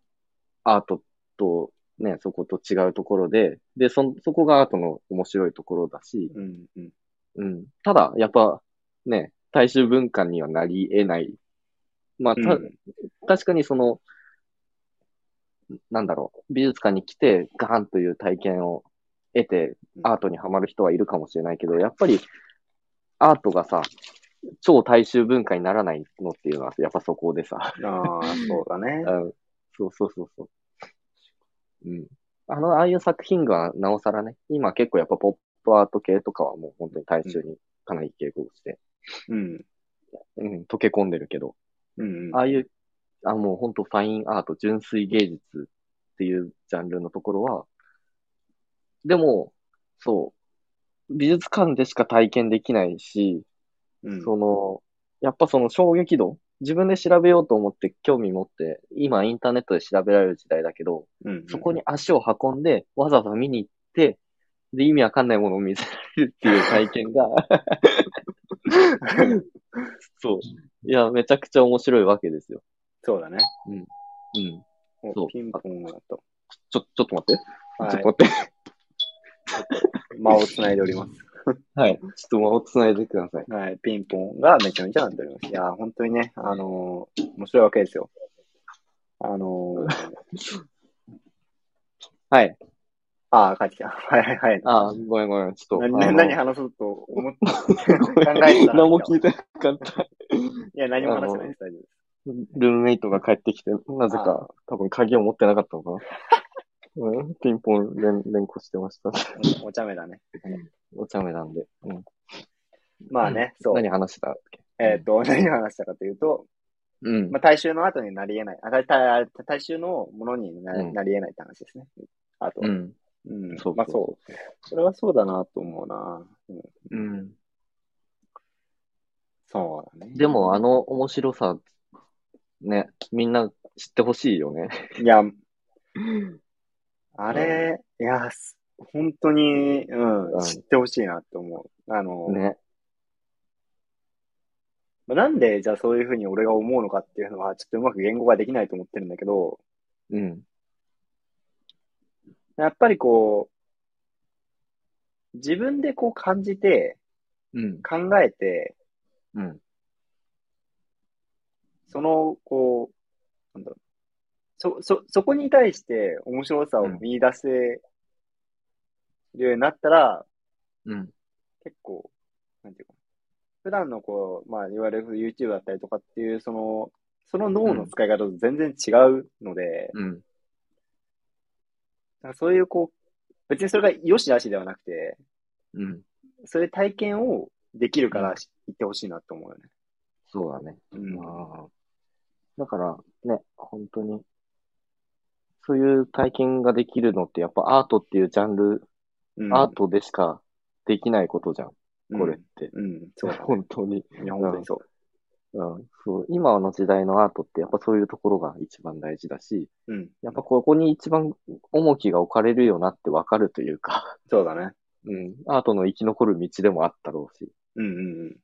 [SPEAKER 2] アートと、ね、そこと違うところで、で、そ、そこがアートの面白いところだし、
[SPEAKER 1] うんうん。
[SPEAKER 2] うん。ただ、やっぱ、ね、大衆文化にはなり得ない。まあ、た、
[SPEAKER 1] うん
[SPEAKER 2] 確かにその、なんだろう、美術館に来て、ガーンという体験を得て、アートにはまる人はいるかもしれないけど、やっぱり、アートがさ、超大衆文化にならないのっていうのは、やっぱそこでさ、
[SPEAKER 1] ああ、そうだね。
[SPEAKER 2] うんそうそうそうそう。うん。あの、ああいう作品がなおさらね、今結構やっぱポップアート系とかはもう本当に大衆にかなり傾向して、
[SPEAKER 1] うん。
[SPEAKER 2] うん、溶け込んでるけど、
[SPEAKER 1] うん。
[SPEAKER 2] ああいう、あ、もう本当ファインアート、純粋芸術っていうジャンルのところは、でも、そう、美術館でしか体験できないし、
[SPEAKER 1] うん。
[SPEAKER 2] その、やっぱその衝撃度、自分で調べようと思って興味持って、今インターネットで調べられる時代だけど、
[SPEAKER 1] うん。
[SPEAKER 2] そこに足を運んで、わざわざ見に行って、で、意味わかんないものを見せられるっていう体
[SPEAKER 1] [LAUGHS]
[SPEAKER 2] 験が、そう。いや、めちゃくちゃ面白いわけですよ。
[SPEAKER 1] そうだね。
[SPEAKER 2] うん。
[SPEAKER 1] もう
[SPEAKER 2] そう
[SPEAKER 1] ピンポンだと。
[SPEAKER 2] ちょ、ちょっと待って。
[SPEAKER 1] は
[SPEAKER 2] ちょっ
[SPEAKER 1] い
[SPEAKER 2] と。待って。
[SPEAKER 1] 間をつないでおります。
[SPEAKER 2] はい。ちょっと間を繋いでください。
[SPEAKER 1] はい。ピンポンがめちゃめちゃなっております。いやー、本当にね、あのー面白いわけですよ。あのー
[SPEAKER 2] [LAUGHS] はい。
[SPEAKER 1] ああ、帰ってきた。はいはいはい。
[SPEAKER 2] あー、ごめんごめん。ちょっと。
[SPEAKER 1] 何
[SPEAKER 2] あの
[SPEAKER 1] 何話そうと思って、
[SPEAKER 2] ごめん
[SPEAKER 1] 考えてたら
[SPEAKER 2] 何も聞いてなかった。 [LAUGHS]
[SPEAKER 1] いや、何も話してないです。大丈夫です。
[SPEAKER 2] ルームメイトが帰ってきて、なぜか、多分鍵を持ってなかったのかな。 [LAUGHS] うん、ピンポン連、連呼してました。
[SPEAKER 1] うんお茶目だね。
[SPEAKER 2] お茶目なんで。うん、
[SPEAKER 1] まあね、そう。
[SPEAKER 2] 何話してたっけ
[SPEAKER 1] えっ、と、何を話したかというと、
[SPEAKER 2] うん。
[SPEAKER 1] まあ、大衆の後になり得ない。あたた大衆のものにな,、
[SPEAKER 2] うん
[SPEAKER 1] なり得ないって話ですね。あと、
[SPEAKER 2] うん。
[SPEAKER 1] うん
[SPEAKER 2] そう
[SPEAKER 1] まあそう。それはそうだなと思うな。うん、
[SPEAKER 2] うん。
[SPEAKER 1] そうだね。
[SPEAKER 2] でも、あの面白さ、ね、みんな知ってほしいよね。
[SPEAKER 1] いや、あれ、いや、す本当に、うん、
[SPEAKER 2] うん
[SPEAKER 1] 知ってほしいなって思う。あの、
[SPEAKER 2] ね。
[SPEAKER 1] まあなんで、じゃあそういうふうに俺が思うのかっていうのは、ちょっとうまく言語ができないと思ってるんだけど、
[SPEAKER 2] うん。
[SPEAKER 1] やっぱりこう、自分でこう感じて、
[SPEAKER 2] うん。
[SPEAKER 1] 考えて、
[SPEAKER 2] うん。
[SPEAKER 1] その、こう、なんだろう。そ、そ、そこに対して面白さを見出せるようになったら、
[SPEAKER 2] うん。
[SPEAKER 1] 結構、なんていうか、普段のこう、まあ、いわゆる YouTube だったりとかっていう、その、その脳の使い方と全然違うので、
[SPEAKER 2] うん。
[SPEAKER 1] なんかそういうこう、別にそれが良し悪しではなくて、
[SPEAKER 2] うん。
[SPEAKER 1] そういう体験をできるか
[SPEAKER 2] う
[SPEAKER 1] ら
[SPEAKER 2] ん
[SPEAKER 1] し言ってほしいなと思うよね。
[SPEAKER 2] そうだね。
[SPEAKER 1] うん。
[SPEAKER 2] ああ。だから、ね、本当に、そういう体験ができるのって、やっぱアートっていうジャンル
[SPEAKER 1] うん
[SPEAKER 2] アートでしかできないことじゃん、これっ。て。
[SPEAKER 1] うん、うんそうだね。
[SPEAKER 2] 本当に、
[SPEAKER 1] いや、本当にそう。
[SPEAKER 2] うんそう。今の時代のアートって、やっぱそういうところが一番大事だし、
[SPEAKER 1] うん、
[SPEAKER 2] やっぱここに一番重きが置かれるよなってわかるというか、
[SPEAKER 1] そうだね。
[SPEAKER 2] うん、アートの生き残る道でもあったろうし。
[SPEAKER 1] うんうんうん。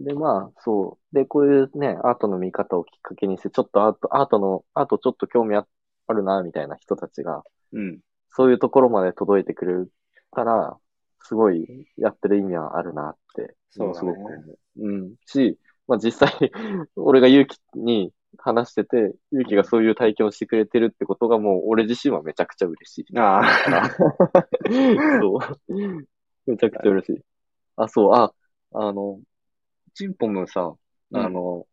[SPEAKER 2] で、まあ、そう。で、こういうね、アートの見方をきっかけにして、ちょっとアート、アートの、アートちょっと興味ああるな、みたいな人たちが、
[SPEAKER 1] うん。
[SPEAKER 2] そういうところまで届いてくれたら、すごいやってる意味はあるなって、
[SPEAKER 1] そう
[SPEAKER 2] す
[SPEAKER 1] だ
[SPEAKER 2] ご
[SPEAKER 1] ね
[SPEAKER 2] く思う。うん。し、まあ実際、 [LAUGHS] 俺が勇気に話してて、勇気がそういう体験をしてくれてるってことがもう俺自身はめちゃくちゃ嬉しい。
[SPEAKER 1] ああ、
[SPEAKER 2] [LAUGHS] そう。 [LAUGHS] めちゃくちゃ嬉しい。あ、そう、あ、あの、チンポムさ、
[SPEAKER 1] うん
[SPEAKER 2] あの、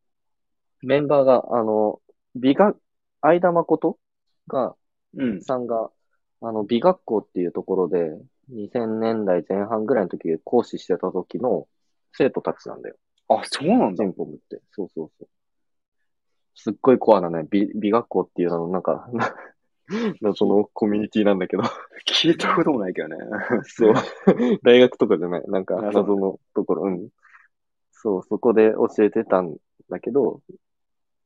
[SPEAKER 2] メンバーが、あの、美学、相田誠が、
[SPEAKER 1] うん。
[SPEAKER 2] さんが、あの、美学校っていうところで、2000年代前半ぐらいの時に講師してた時の生徒たちなんだよ。
[SPEAKER 1] あ、そうなん
[SPEAKER 2] チ
[SPEAKER 1] だ。
[SPEAKER 2] ンポムって。そうそうそう。すっごいコアなね、美、美学校っていうのの、なんか、 [LAUGHS] な謎のコミュニティなんだけど。
[SPEAKER 1] 聞いたこともないけどね。
[SPEAKER 2] そう。 [LAUGHS] 大学とかじゃない。なんか、
[SPEAKER 1] あそう
[SPEAKER 2] 謎のところ。うん。そう、そこで教えてたんだけど、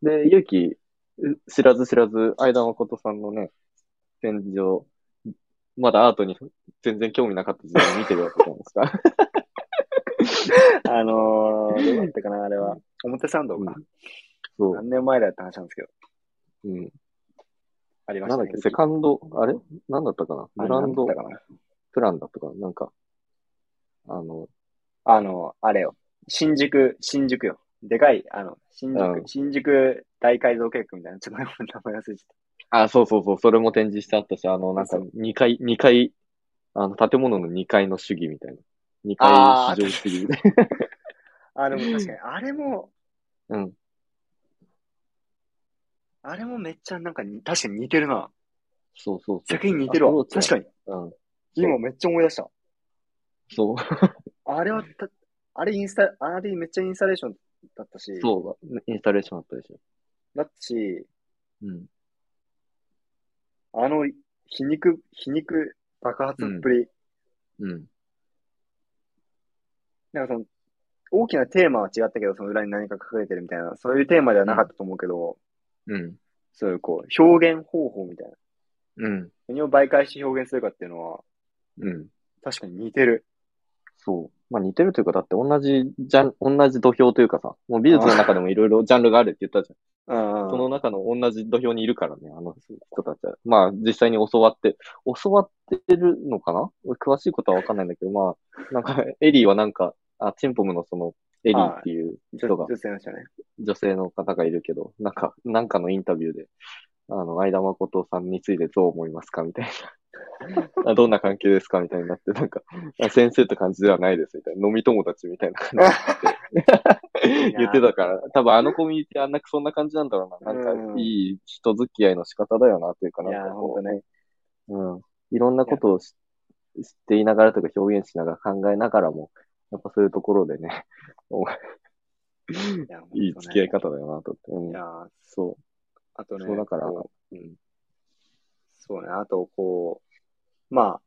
[SPEAKER 2] で、ゆうき、う知らず知らず、相田誠さんのね、展示を、まだアートに全然興味なかった時代に見てるわけじゃないです
[SPEAKER 1] [LAUGHS] [LAUGHS]
[SPEAKER 2] か。
[SPEAKER 1] あのー、どうだったかな、あれは。表参道か。
[SPEAKER 2] そう。
[SPEAKER 1] 何年前だって話なんですけど。
[SPEAKER 2] うん。
[SPEAKER 1] ありま
[SPEAKER 2] な
[SPEAKER 1] し
[SPEAKER 2] ん
[SPEAKER 1] た
[SPEAKER 2] だっ
[SPEAKER 1] ね
[SPEAKER 2] け、セカンド、あれなんだったかな
[SPEAKER 1] あ
[SPEAKER 2] ブ
[SPEAKER 1] れ
[SPEAKER 2] ランド
[SPEAKER 1] なんだったか
[SPEAKER 2] プランだったかななんか、あの、
[SPEAKER 1] なあの、あれよ。新宿、新宿よ。でかい、あの、新
[SPEAKER 2] う
[SPEAKER 1] 宿、新宿大改造計画みたいな。ちょっと名前忘れちゃっ
[SPEAKER 2] あ、そうそうそう、それも展示してあったし、あの、なん
[SPEAKER 1] そ
[SPEAKER 2] か
[SPEAKER 1] う、
[SPEAKER 2] 2階、二階、あの、建物の2階の主義みたいな。2
[SPEAKER 1] あ
[SPEAKER 2] 階
[SPEAKER 1] ー
[SPEAKER 2] 市場主義みたい
[SPEAKER 1] た。あ、でも確かに、あれも、
[SPEAKER 2] な。うん。
[SPEAKER 1] あれもめっちゃなんかに、確かに似てるな。
[SPEAKER 2] [LAUGHS] そうそうそう。
[SPEAKER 1] 作品似てるわ。確か
[SPEAKER 2] に。
[SPEAKER 1] に。
[SPEAKER 2] うん。
[SPEAKER 1] 今めっちゃ思い出した。
[SPEAKER 2] そう、
[SPEAKER 1] あれはた、あれインスタ、あれめっちゃインスタレーションだったし、
[SPEAKER 2] そう、インスタレーションあったでしょ。
[SPEAKER 1] だったし、
[SPEAKER 2] うん。
[SPEAKER 1] あの、皮肉、皮肉爆発っぷり、
[SPEAKER 2] うん。
[SPEAKER 1] なんかその、大きなテーマは違ったけど、その裏に何か隠れてるみたいな、そういうテーマではなかったと思うけど、
[SPEAKER 2] うん。
[SPEAKER 1] そういうこう、表現方法みたいな。
[SPEAKER 2] うん。
[SPEAKER 1] 何を媒介して表現するかっていうのは、
[SPEAKER 2] うん。
[SPEAKER 1] 確かに似てる。
[SPEAKER 2] そう。まあ似てるというか、だって同じジャン、同じ土俵というかさ、もう美術の中でもいろいろジャンルがあるって言ったじ
[SPEAKER 1] うん
[SPEAKER 2] ゃん。
[SPEAKER 1] うん
[SPEAKER 2] その中の同じ土俵にいるからね、あの人たちは。まあ実際に教わって、教わってるのかな詳しいことはわかんないんだけど、まあ、なんか、エリーはなんか、あ、チンポムのその、エリーっていう
[SPEAKER 1] 女
[SPEAKER 2] 人が
[SPEAKER 1] 女性の人ね。
[SPEAKER 2] 女性の方がいるけど、なんか、なんかのインタビューで、あの、相田誠さんについてどう思いますかみたい
[SPEAKER 1] [LAUGHS]
[SPEAKER 2] な。あどんな関係ですかみたいになって、なんか、あ先生って感じではないです、みたいな。飲み友達みたいな感じで言ってたから、多分あのコミュニティあんな、そんな感じなんだろうな。なん
[SPEAKER 1] う
[SPEAKER 2] か、
[SPEAKER 1] ん
[SPEAKER 2] いい人付き合いの仕方だよな、というか
[SPEAKER 1] い
[SPEAKER 2] なん
[SPEAKER 1] や
[SPEAKER 2] か
[SPEAKER 1] ー、ほん
[SPEAKER 2] こと
[SPEAKER 1] ね。
[SPEAKER 2] う、うん。いろんなことをし知っていながらとか表現しながら考えながらも、やっぱそういうところでね、
[SPEAKER 1] やほんとね
[SPEAKER 2] いい付き合い方だよな、と思っ
[SPEAKER 1] い
[SPEAKER 2] て。う
[SPEAKER 1] や
[SPEAKER 2] ん、
[SPEAKER 1] ー
[SPEAKER 2] そう。
[SPEAKER 1] あとね、
[SPEAKER 2] そうだから
[SPEAKER 1] こう
[SPEAKER 2] うん
[SPEAKER 1] そうね、あとこう、まあ、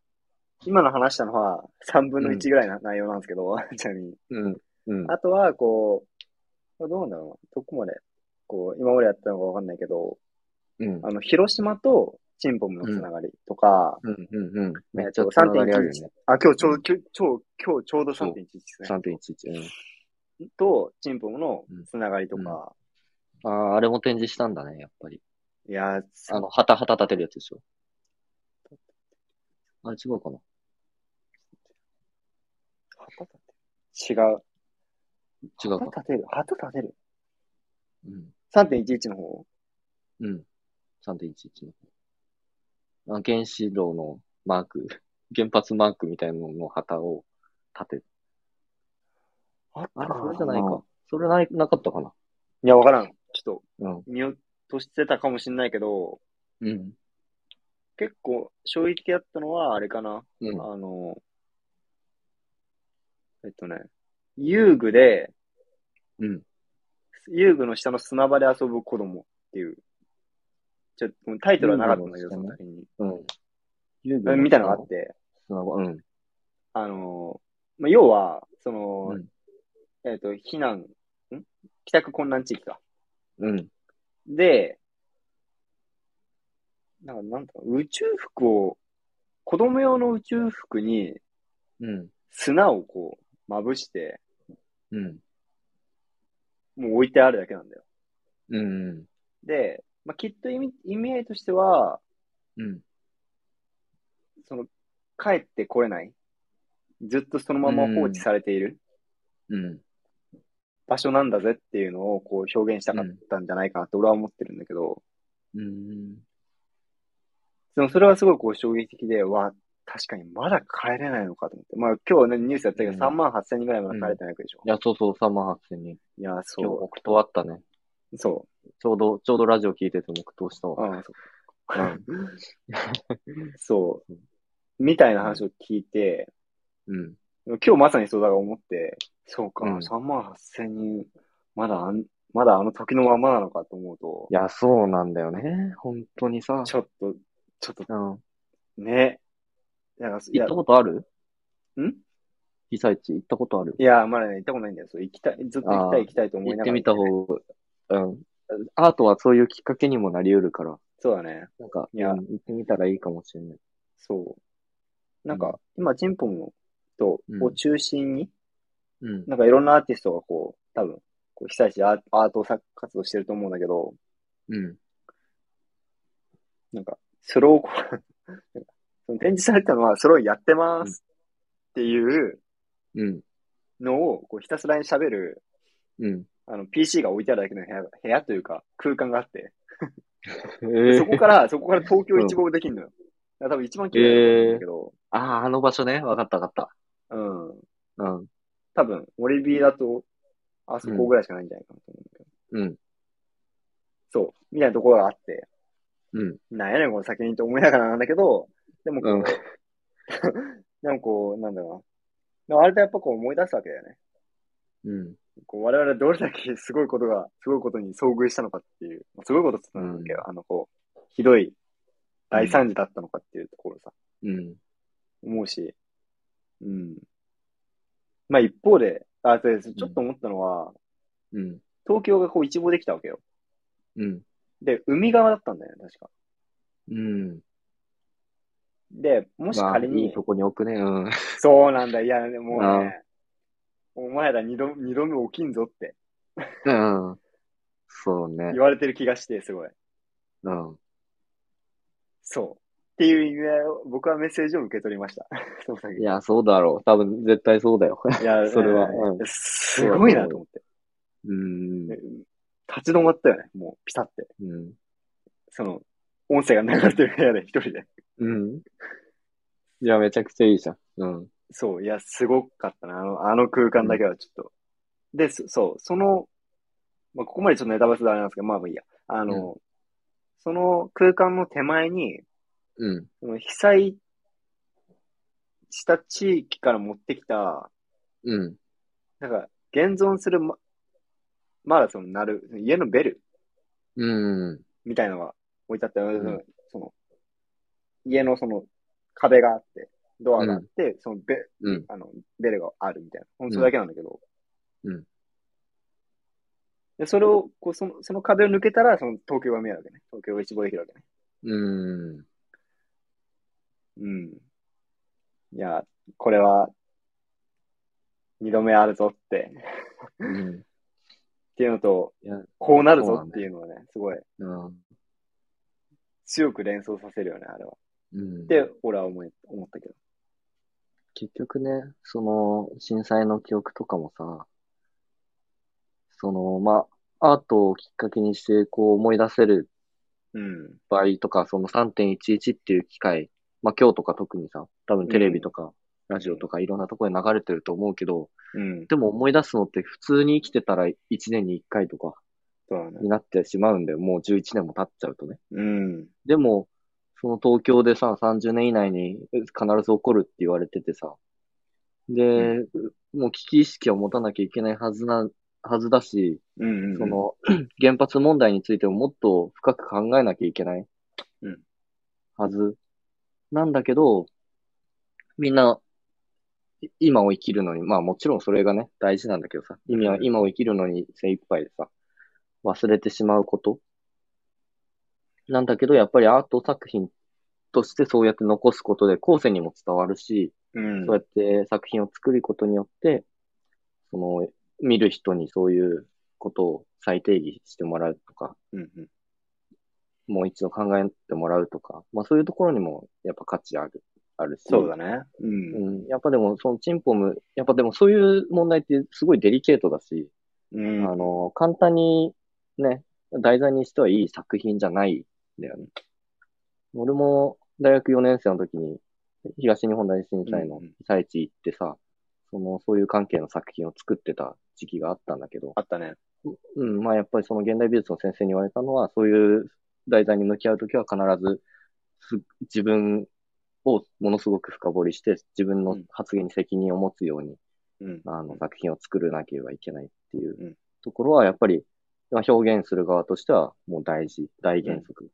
[SPEAKER 1] 今の話したのは3分の1ぐらいな内容なんですけど、 [LAUGHS] ちなみに。
[SPEAKER 2] うん。うん。
[SPEAKER 1] あとは、こう、どうなんだろうな、どこまで、こう、今までやったのかわかんないけど、
[SPEAKER 2] うん。
[SPEAKER 1] あの、広島とチンポムのつながりとか、
[SPEAKER 2] うん。うん。うん。
[SPEAKER 1] え
[SPEAKER 2] め
[SPEAKER 1] っ
[SPEAKER 2] っちゃ
[SPEAKER 1] と
[SPEAKER 2] つながりあるよね。
[SPEAKER 1] あ、今日ちょ
[SPEAKER 2] う
[SPEAKER 1] う、今日、超今日ちょうど3.11ですね。
[SPEAKER 2] 3.11。
[SPEAKER 1] と、チンポムのつながりとか、
[SPEAKER 2] うん。ああ、あれも展示したんだね、やっぱり。
[SPEAKER 1] いやー、
[SPEAKER 2] あの、旗旗立てるやつでしょ。あれ違うかな。
[SPEAKER 1] 旗立てる違う。
[SPEAKER 2] 違う
[SPEAKER 1] 旗
[SPEAKER 2] か。
[SPEAKER 1] 立てる旗立てる
[SPEAKER 2] うん。
[SPEAKER 1] ?3.11 の方
[SPEAKER 2] うん。3.11の。あ原子炉のマーク、 [LAUGHS] 原発マークみたいなのの旗を立てる。
[SPEAKER 1] あった
[SPEAKER 2] あれ、
[SPEAKER 1] かな
[SPEAKER 2] それじゃないか。それない、なかったかな。
[SPEAKER 1] いや、わからん。ちょっ
[SPEAKER 2] うん。
[SPEAKER 1] と、見落としてたかもしんないけど、
[SPEAKER 2] うん。
[SPEAKER 1] 結構、衝撃やったのは、あれかな。
[SPEAKER 2] うん。
[SPEAKER 1] あの、えっとね、遊具で、
[SPEAKER 2] うん。
[SPEAKER 1] 遊具の下の砂場で遊ぶ子供っていう、ちょっと、もうタイトルはなかったんだけど、
[SPEAKER 2] 遊具
[SPEAKER 1] そ
[SPEAKER 2] の
[SPEAKER 1] の
[SPEAKER 2] 下
[SPEAKER 1] 時に。
[SPEAKER 2] うん。遊具
[SPEAKER 1] うんみたいなのがあって、
[SPEAKER 2] 砂場うん。
[SPEAKER 1] あの、まあ、要は、その、
[SPEAKER 2] うん
[SPEAKER 1] えっと、避難、ん帰宅困難地域か。
[SPEAKER 2] うん。
[SPEAKER 1] で、なんか、なんだろう宇宙服を、子供用の宇宙服に
[SPEAKER 2] うん。
[SPEAKER 1] 砂をこう、まぶして、
[SPEAKER 2] うん。
[SPEAKER 1] もう置いてあるだけなんだよ。
[SPEAKER 2] うん。
[SPEAKER 1] で、まあ、きっと意味、意味合いとしては、
[SPEAKER 2] うん。
[SPEAKER 1] その、帰ってこれない。ずっとそのまま放置されている
[SPEAKER 2] うん。
[SPEAKER 1] 場所なんだぜっていうのをこう表現したかったんじゃないかなって俺は思ってるんだけど、
[SPEAKER 2] うん。
[SPEAKER 1] でもそれはすごいこう衝撃的で、わあ、確かにまだ帰れないのかと思って。まあ今日ね、ニュースやったけど
[SPEAKER 2] うん
[SPEAKER 1] 3万8千人ぐらいまだ帰れてないわけでしょ。
[SPEAKER 2] いや、そうそう、3万8000人。
[SPEAKER 1] いや、
[SPEAKER 2] 今日
[SPEAKER 1] そ
[SPEAKER 2] 黙祷あったね。
[SPEAKER 1] う。そ
[SPEAKER 2] ちょうど、ちょうどラジオ聞いてて黙祷した
[SPEAKER 1] う。う
[SPEAKER 2] わ。
[SPEAKER 1] ん、
[SPEAKER 2] うん。
[SPEAKER 1] そう。みたいな話を聞いて、
[SPEAKER 2] うん。
[SPEAKER 1] 今日まさにそうだが思って、そうか、
[SPEAKER 2] うん
[SPEAKER 1] 3万8千人、まだあん、まだあの時のままなのかと思うと
[SPEAKER 2] い、や、そうなんだよね。本当にさ。
[SPEAKER 1] ちょっと、ちょっと
[SPEAKER 2] うん。行
[SPEAKER 1] ね、なんか、い
[SPEAKER 2] っ
[SPEAKER 1] や
[SPEAKER 2] た、ことある
[SPEAKER 1] ん
[SPEAKER 2] 被災地行ったことある
[SPEAKER 1] いや、まだね、行ったことないんだよ。そう、行きたい、ずっと行きたい
[SPEAKER 2] あー
[SPEAKER 1] 行きたいと思いな
[SPEAKER 2] 行っ
[SPEAKER 1] が
[SPEAKER 2] て
[SPEAKER 1] ら。
[SPEAKER 2] みた方が、うん。アートはそういうきっかけにもなり得るから、
[SPEAKER 1] そうだね。
[SPEAKER 2] なんか、
[SPEAKER 1] いや
[SPEAKER 2] うん行ってみたらいいかもしれない。
[SPEAKER 1] そう。なん
[SPEAKER 2] うん
[SPEAKER 1] か、今、チンポムと、
[SPEAKER 2] うん
[SPEAKER 1] を中心に、
[SPEAKER 2] うん。
[SPEAKER 1] なんかいろんなアーティストがこう、多分、こう被災地アーアート作活動してると思うんだけど、
[SPEAKER 2] うん。
[SPEAKER 1] なんか、それをこう、 [LAUGHS] なんかその展示されたのは、それをやってますっていう
[SPEAKER 2] うん。
[SPEAKER 1] のを、こう、ひたすらに喋る、
[SPEAKER 2] うん。
[SPEAKER 1] あの、PC が置いてあるだけの部屋が、部屋というか、空間があって、
[SPEAKER 2] え
[SPEAKER 1] そこから、そこから東京一望できるのよ。だから多分一番綺麗なんだけど、
[SPEAKER 2] ああ、あの場所ね。わかったわかっ
[SPEAKER 1] うん。
[SPEAKER 2] た。うん。
[SPEAKER 1] 多分、森ビーだと、あそこぐらいしかないんじゃないかなと思うんだけど。
[SPEAKER 2] うん。
[SPEAKER 1] そう。みたいなところがあって、
[SPEAKER 2] うん。
[SPEAKER 1] なんやねん、この先にと思いながらなんだけど、でもこう、
[SPEAKER 2] うん
[SPEAKER 1] でもこう、なんだろうな。でもあれでやっぱこう思い出すわけだよね。
[SPEAKER 2] うん。
[SPEAKER 1] こう我々はどれだけすごいことが、すごいことに遭遇したのかっていう、すごいことって言ったんだけど、あの、こう、ひどい大惨事だったのかっていうところさ、
[SPEAKER 2] うん。
[SPEAKER 1] 思うし、うん。まあ一方で、あ、そうです。ちょっと思ったのは、
[SPEAKER 2] うん。
[SPEAKER 1] 東京がこう一望できたわけよ。
[SPEAKER 2] うん。
[SPEAKER 1] で、海側だったんだよね、確か。
[SPEAKER 2] うん。
[SPEAKER 1] で、もし
[SPEAKER 2] まあ
[SPEAKER 1] 仮に、
[SPEAKER 2] いいとこに置くね。うん。
[SPEAKER 1] そうなんだ、いや、もうね、お前ら二度二度目起きんぞって
[SPEAKER 2] うん。そうね
[SPEAKER 1] 言。われてる気がして、すごい。
[SPEAKER 2] うん。
[SPEAKER 1] そう。っていう意味合いを、僕はメッセージを受け取りました。 [LAUGHS] その先
[SPEAKER 2] いや、そうだろう。多分、絶対そうだよ。 [LAUGHS]
[SPEAKER 1] いや
[SPEAKER 2] それは
[SPEAKER 1] うん
[SPEAKER 2] う
[SPEAKER 1] すごいなと思って。
[SPEAKER 2] うん。
[SPEAKER 1] 立ち止まったよね、もう、ピタって。
[SPEAKER 2] うん。
[SPEAKER 1] その、音声が流れてる部屋で一人で。
[SPEAKER 2] うん。いや、めちゃくちゃいいじゃん。うん。
[SPEAKER 1] そう、いや、すごかったな、あのあの空間だけはちょっと。で、そそう、その、まあ、ここまでちょっとネタバレするとあれなんですけど、まあまあいいや。あの、その空間の手前に、
[SPEAKER 2] うん。
[SPEAKER 1] その被災した地域から持ってきた、
[SPEAKER 2] うん。
[SPEAKER 1] なんか、現存するま、まだその、なる、家のベル
[SPEAKER 2] うん。
[SPEAKER 1] みたいのが置いてあって、
[SPEAKER 2] ん
[SPEAKER 1] その、家のその、壁があって、ドアがあって、そのベ、
[SPEAKER 2] うん。
[SPEAKER 1] あの、ベルがあるみたいな。ほんとそれだけなんだけど。
[SPEAKER 2] うん
[SPEAKER 1] で、それを、こう、その、その壁を抜けたら、その、東京が見えるわけね。東京が一望できるわけね。
[SPEAKER 2] うん。
[SPEAKER 1] うん。いや、これは、二度目あるぞって、
[SPEAKER 2] うん。
[SPEAKER 1] っていうのと
[SPEAKER 2] いや、
[SPEAKER 1] こうなる
[SPEAKER 2] そうな
[SPEAKER 1] ぞ
[SPEAKER 2] んだ
[SPEAKER 1] ってい
[SPEAKER 2] よ
[SPEAKER 1] うのはね、すごい
[SPEAKER 2] うん。
[SPEAKER 1] 強く連想させるよね、あれは。
[SPEAKER 2] うん
[SPEAKER 1] って、俺は思い思ったけど。
[SPEAKER 2] 結局ね、その、震災の記憶とかもさ、その、まあ、アートをきっかけにして、こう思い出せる
[SPEAKER 1] うん。
[SPEAKER 2] 場合とか、その3.11っていう機会、まあ今日とか特にさ、多分テレビとか、ラジオとかいろんなところで流れてると思うけど、
[SPEAKER 1] うん。
[SPEAKER 2] でも思い出すのって普通に生きてたら1年に1回とか
[SPEAKER 1] そうだね。
[SPEAKER 2] になってしまうんだよ。もう11年も経っちゃうとね。
[SPEAKER 1] うん。
[SPEAKER 2] でも、その東京でさ、30年以内にえ必ず起こるって言われててさ。で、もう危機意識を持たなきゃいけないはずな、はずだし、
[SPEAKER 1] うんうん。
[SPEAKER 2] そ、の、 [CLEARS THROAT] 原発問題についてももっと深く考えなきゃいけない
[SPEAKER 1] うん
[SPEAKER 2] はずなんだけど、みんな、い今を生きるのに、まあもちろんそれがね、大事なんだけどさ、意味は
[SPEAKER 1] うん
[SPEAKER 2] 今を生きるのに精一杯でさ、忘れてしまうこと。なんだけど、やっぱりアート作品としてそうやって残すことで後世にも伝わるし、
[SPEAKER 1] うん。
[SPEAKER 2] そうやって作品を作ることによって、その、見る人にそういうことを再定義してもらうとか、
[SPEAKER 1] うんうん。
[SPEAKER 2] もう一度考えてもらうとか、まあそういうところにもやっぱ価値ある、あるし。
[SPEAKER 1] そうだね。うん。
[SPEAKER 2] うん、やっぱでも、そのチンポム、やっぱでもそういう問題ってすごいデリケートだし、
[SPEAKER 1] うん。
[SPEAKER 2] あの、簡単にね、題材にしてはいい作品じゃないんだよね。俺も大学4年生の時に東日本大震災の
[SPEAKER 1] うんうん
[SPEAKER 2] 被災地行ってさ、その、そういう関係の作品を作ってた時期があったんだけど、
[SPEAKER 1] あったね。
[SPEAKER 2] うん、まあやっぱりその現代美術の先生に言われたのは、そういう題材に向き合うときは必ずす自分をものすごく深掘りして、自分の発言に責任を持つように
[SPEAKER 1] うん。
[SPEAKER 2] あの作品を作らなければいけないってい
[SPEAKER 1] うん
[SPEAKER 2] うところは、やっぱり、まあ表現する側としてはもう大事、大原則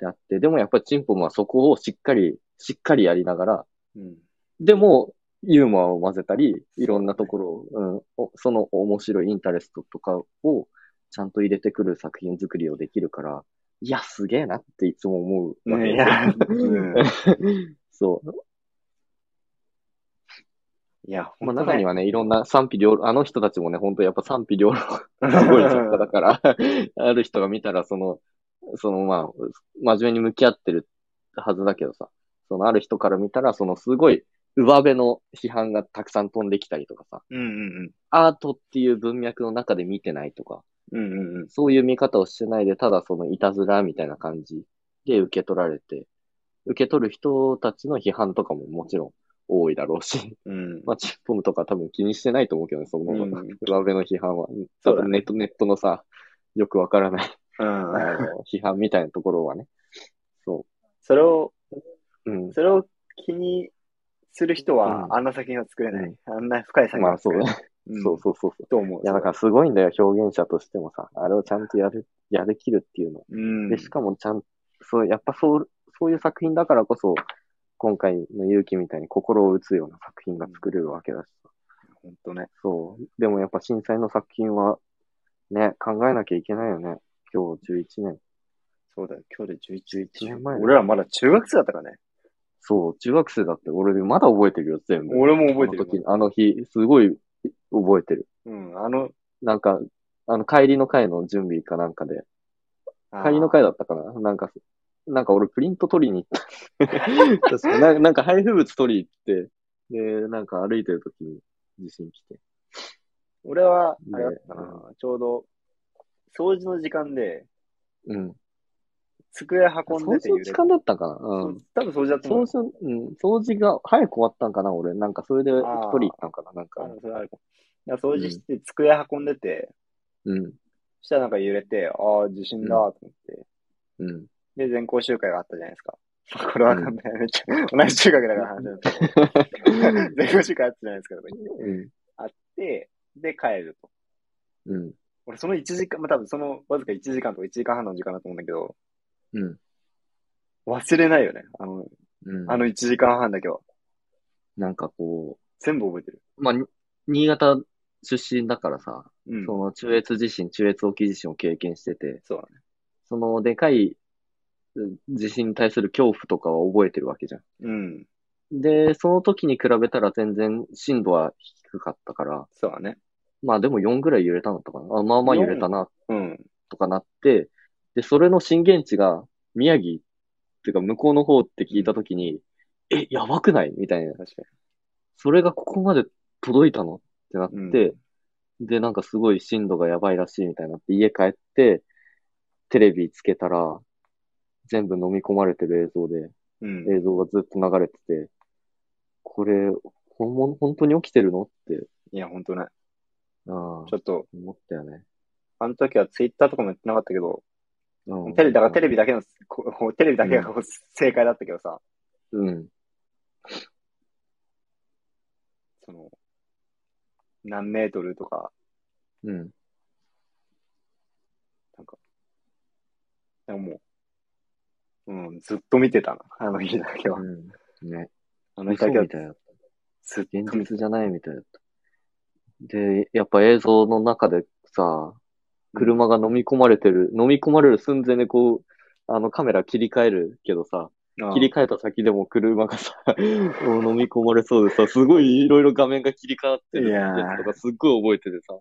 [SPEAKER 2] であって、でもやっぱりチンポムはそこをしっかり、しっかりやりながら、
[SPEAKER 1] うん。
[SPEAKER 2] でもユーモアを混ぜたり、いろんなところを、うんお、その面白いインタレストとかをちゃんと入れてくる作品作りをできるから、いや、すげえなっていつも思うわけ
[SPEAKER 1] い
[SPEAKER 2] です
[SPEAKER 1] や、
[SPEAKER 2] よ。そう。
[SPEAKER 1] いや、ほ
[SPEAKER 2] まあ、
[SPEAKER 1] んとね
[SPEAKER 2] 中
[SPEAKER 1] [LAUGHS]
[SPEAKER 2] にはね、いろんな賛否両論、あの人たちもね、本当やっぱ賛否両論すごい作家だから、 [LAUGHS] ある人が見たら、その、そのまあ、真面目に向き合ってるはずだけどさ、そのある人から見たら、そのすごい上辺の批判がたくさん飛んできたりとかさ、
[SPEAKER 1] うんうん
[SPEAKER 2] アートっていう文脈の中で見てないとか、
[SPEAKER 1] うん。うんうんうん。
[SPEAKER 2] そういう見方をしてないで、ただそのいたずらみたいな感じで受け取られて、受け取る人たちの批判とかももちろん多いだろうし、
[SPEAKER 1] うん。
[SPEAKER 2] まあ、チップムとか多分気にしてないと思うけどね、その、
[SPEAKER 1] うん
[SPEAKER 2] 上辺の批判は。
[SPEAKER 1] そ
[SPEAKER 2] 多
[SPEAKER 1] うだね
[SPEAKER 2] 分ネット、ネットのさ、よくわか
[SPEAKER 1] [LAUGHS]
[SPEAKER 2] らない、あ
[SPEAKER 1] うん。
[SPEAKER 2] の、批判みたいなところはね。そ
[SPEAKER 1] それを、
[SPEAKER 2] う。うん。
[SPEAKER 1] それを気にする人は
[SPEAKER 2] う、ん
[SPEAKER 1] あんな作品は作れな
[SPEAKER 2] う
[SPEAKER 1] い。あんな深い作品
[SPEAKER 2] ま
[SPEAKER 1] は
[SPEAKER 2] あ、そ
[SPEAKER 1] 作
[SPEAKER 2] う
[SPEAKER 1] れ
[SPEAKER 2] ね
[SPEAKER 1] ない。。ん
[SPEAKER 2] そうそうそうそう。
[SPEAKER 1] と思う。
[SPEAKER 2] いや、だからすごいんだよ、表現者としてもさ。あれをちゃんとやる、やりきるっていうの。
[SPEAKER 1] うん。
[SPEAKER 2] で、しかもちゃん、そう、やっぱそう、そういう作品だからこそ、今回の勇気みたいに心を打つような作品が作れるわけだし。
[SPEAKER 1] ほんとね。
[SPEAKER 2] そう。でもやっぱ震災の作品は、ね、考えなきゃいけないよね。今日11年。
[SPEAKER 1] そうだよ。今日で11
[SPEAKER 2] 11年前だ
[SPEAKER 1] 俺らまだ中学生だったからね。
[SPEAKER 2] そう、中学生だって俺まだ覚えてるよ、全部。
[SPEAKER 1] 俺も覚えてるよ。
[SPEAKER 2] あの時、あの日、すごい覚えてる。
[SPEAKER 1] うん、あの、
[SPEAKER 2] なんか、あの、帰りの会の準備かなんかで、帰りの会だったかななんか、なんか俺プリント取りに
[SPEAKER 1] [LAUGHS]
[SPEAKER 2] 行った。確かななんか配布物取りに行って、で、なんか歩いてる時に地震来て。
[SPEAKER 1] 俺は、あれだったな、ちょうど、掃除の時間で、
[SPEAKER 2] うん。
[SPEAKER 1] 机運んでて揺
[SPEAKER 2] 掃除の
[SPEAKER 1] れ
[SPEAKER 2] 時
[SPEAKER 1] て
[SPEAKER 2] 間だったかな
[SPEAKER 1] そ
[SPEAKER 2] うん
[SPEAKER 1] う。多分掃除だと思う
[SPEAKER 2] 掃
[SPEAKER 1] よ。
[SPEAKER 2] 除、うん、掃除が早く終わったんかな俺。なんかそれで一人行ったんかななんか
[SPEAKER 1] あ。のそれあるかもだから掃除して、机運んでて、
[SPEAKER 2] うん。
[SPEAKER 1] そしたらなんか揺れて、ああ、地震だと思って。
[SPEAKER 2] うん。
[SPEAKER 1] で、全校集会があったじゃないですか。 [LAUGHS] これわかんない。めっちゃ、同じ中学だから話なんです
[SPEAKER 2] [LAUGHS]
[SPEAKER 1] けど全校集会あったじゃないですか。とか言っ
[SPEAKER 2] うん。
[SPEAKER 1] て、で、帰ると。
[SPEAKER 2] うん。
[SPEAKER 1] 俺、その1時間、まあ、多分そのわずか1時間とか1時間半の時間だと思うんだけど、
[SPEAKER 2] うん。
[SPEAKER 1] 忘れないよね。あの、
[SPEAKER 2] うん。
[SPEAKER 1] あの1時間半だけは。
[SPEAKER 2] なんかこ
[SPEAKER 1] 全部覚えてる。
[SPEAKER 2] う、まあ、に新潟出身だからさ、
[SPEAKER 1] うん。
[SPEAKER 2] その中越地震、中越沖地震を経験してて、
[SPEAKER 1] そうだね。
[SPEAKER 2] そのでかいうん地震に対する恐怖とかは覚えてるわけじゃん。
[SPEAKER 1] うん。
[SPEAKER 2] で、その時に比べたら全然震度は低かったから、
[SPEAKER 1] そうだね。
[SPEAKER 2] まあでも4ぐらい揺れたのとかな、あまあまあ揺れたな、
[SPEAKER 1] うん。
[SPEAKER 2] とかなって、で、それの震源地が宮城っていうか向こうの方って聞いた時に、え、やばくないみたいな。
[SPEAKER 1] 確か
[SPEAKER 2] それがここまで届いたのってなって、で、なんかすごい震度がやばいらしいみたいになって、家帰って、テレビつけたら、全部飲み込まれてる映像で、
[SPEAKER 1] に。うん。
[SPEAKER 2] 映像がずっと流れてて、これ、本物、本当に起きてるのって、
[SPEAKER 1] いや、本当ね。
[SPEAKER 2] ああ、
[SPEAKER 1] ちょっと、
[SPEAKER 2] 思ったよね。
[SPEAKER 1] あの時はツイッターとかもやってなかったけど、
[SPEAKER 2] うん
[SPEAKER 1] テレビ、だからテレビだけの、ここうテレビだけがこう正解だったけどさ、
[SPEAKER 2] うん。
[SPEAKER 1] その、何メートルとか、
[SPEAKER 2] うん。
[SPEAKER 1] でももう、うん、ずっと見てたな、あの日だけは。
[SPEAKER 2] うん。ね。
[SPEAKER 1] あの日
[SPEAKER 2] 嘘
[SPEAKER 1] だけは
[SPEAKER 2] みたいだった。
[SPEAKER 1] ずっと見
[SPEAKER 2] 現
[SPEAKER 1] てた。
[SPEAKER 2] 実じゃないみたいだった。で、やっぱ映像の中でさ、車が飲み込まれてる、飲み込まれる寸前でこう、あのカメラ切り替えるけどさ、
[SPEAKER 1] うん
[SPEAKER 2] 切り替えた先でも車がさ、 [LAUGHS] もう飲み込まれそうでさ、すごいいろいろ画面が切り替わってる
[SPEAKER 1] いやー
[SPEAKER 2] やつとかすっごい覚えててさ、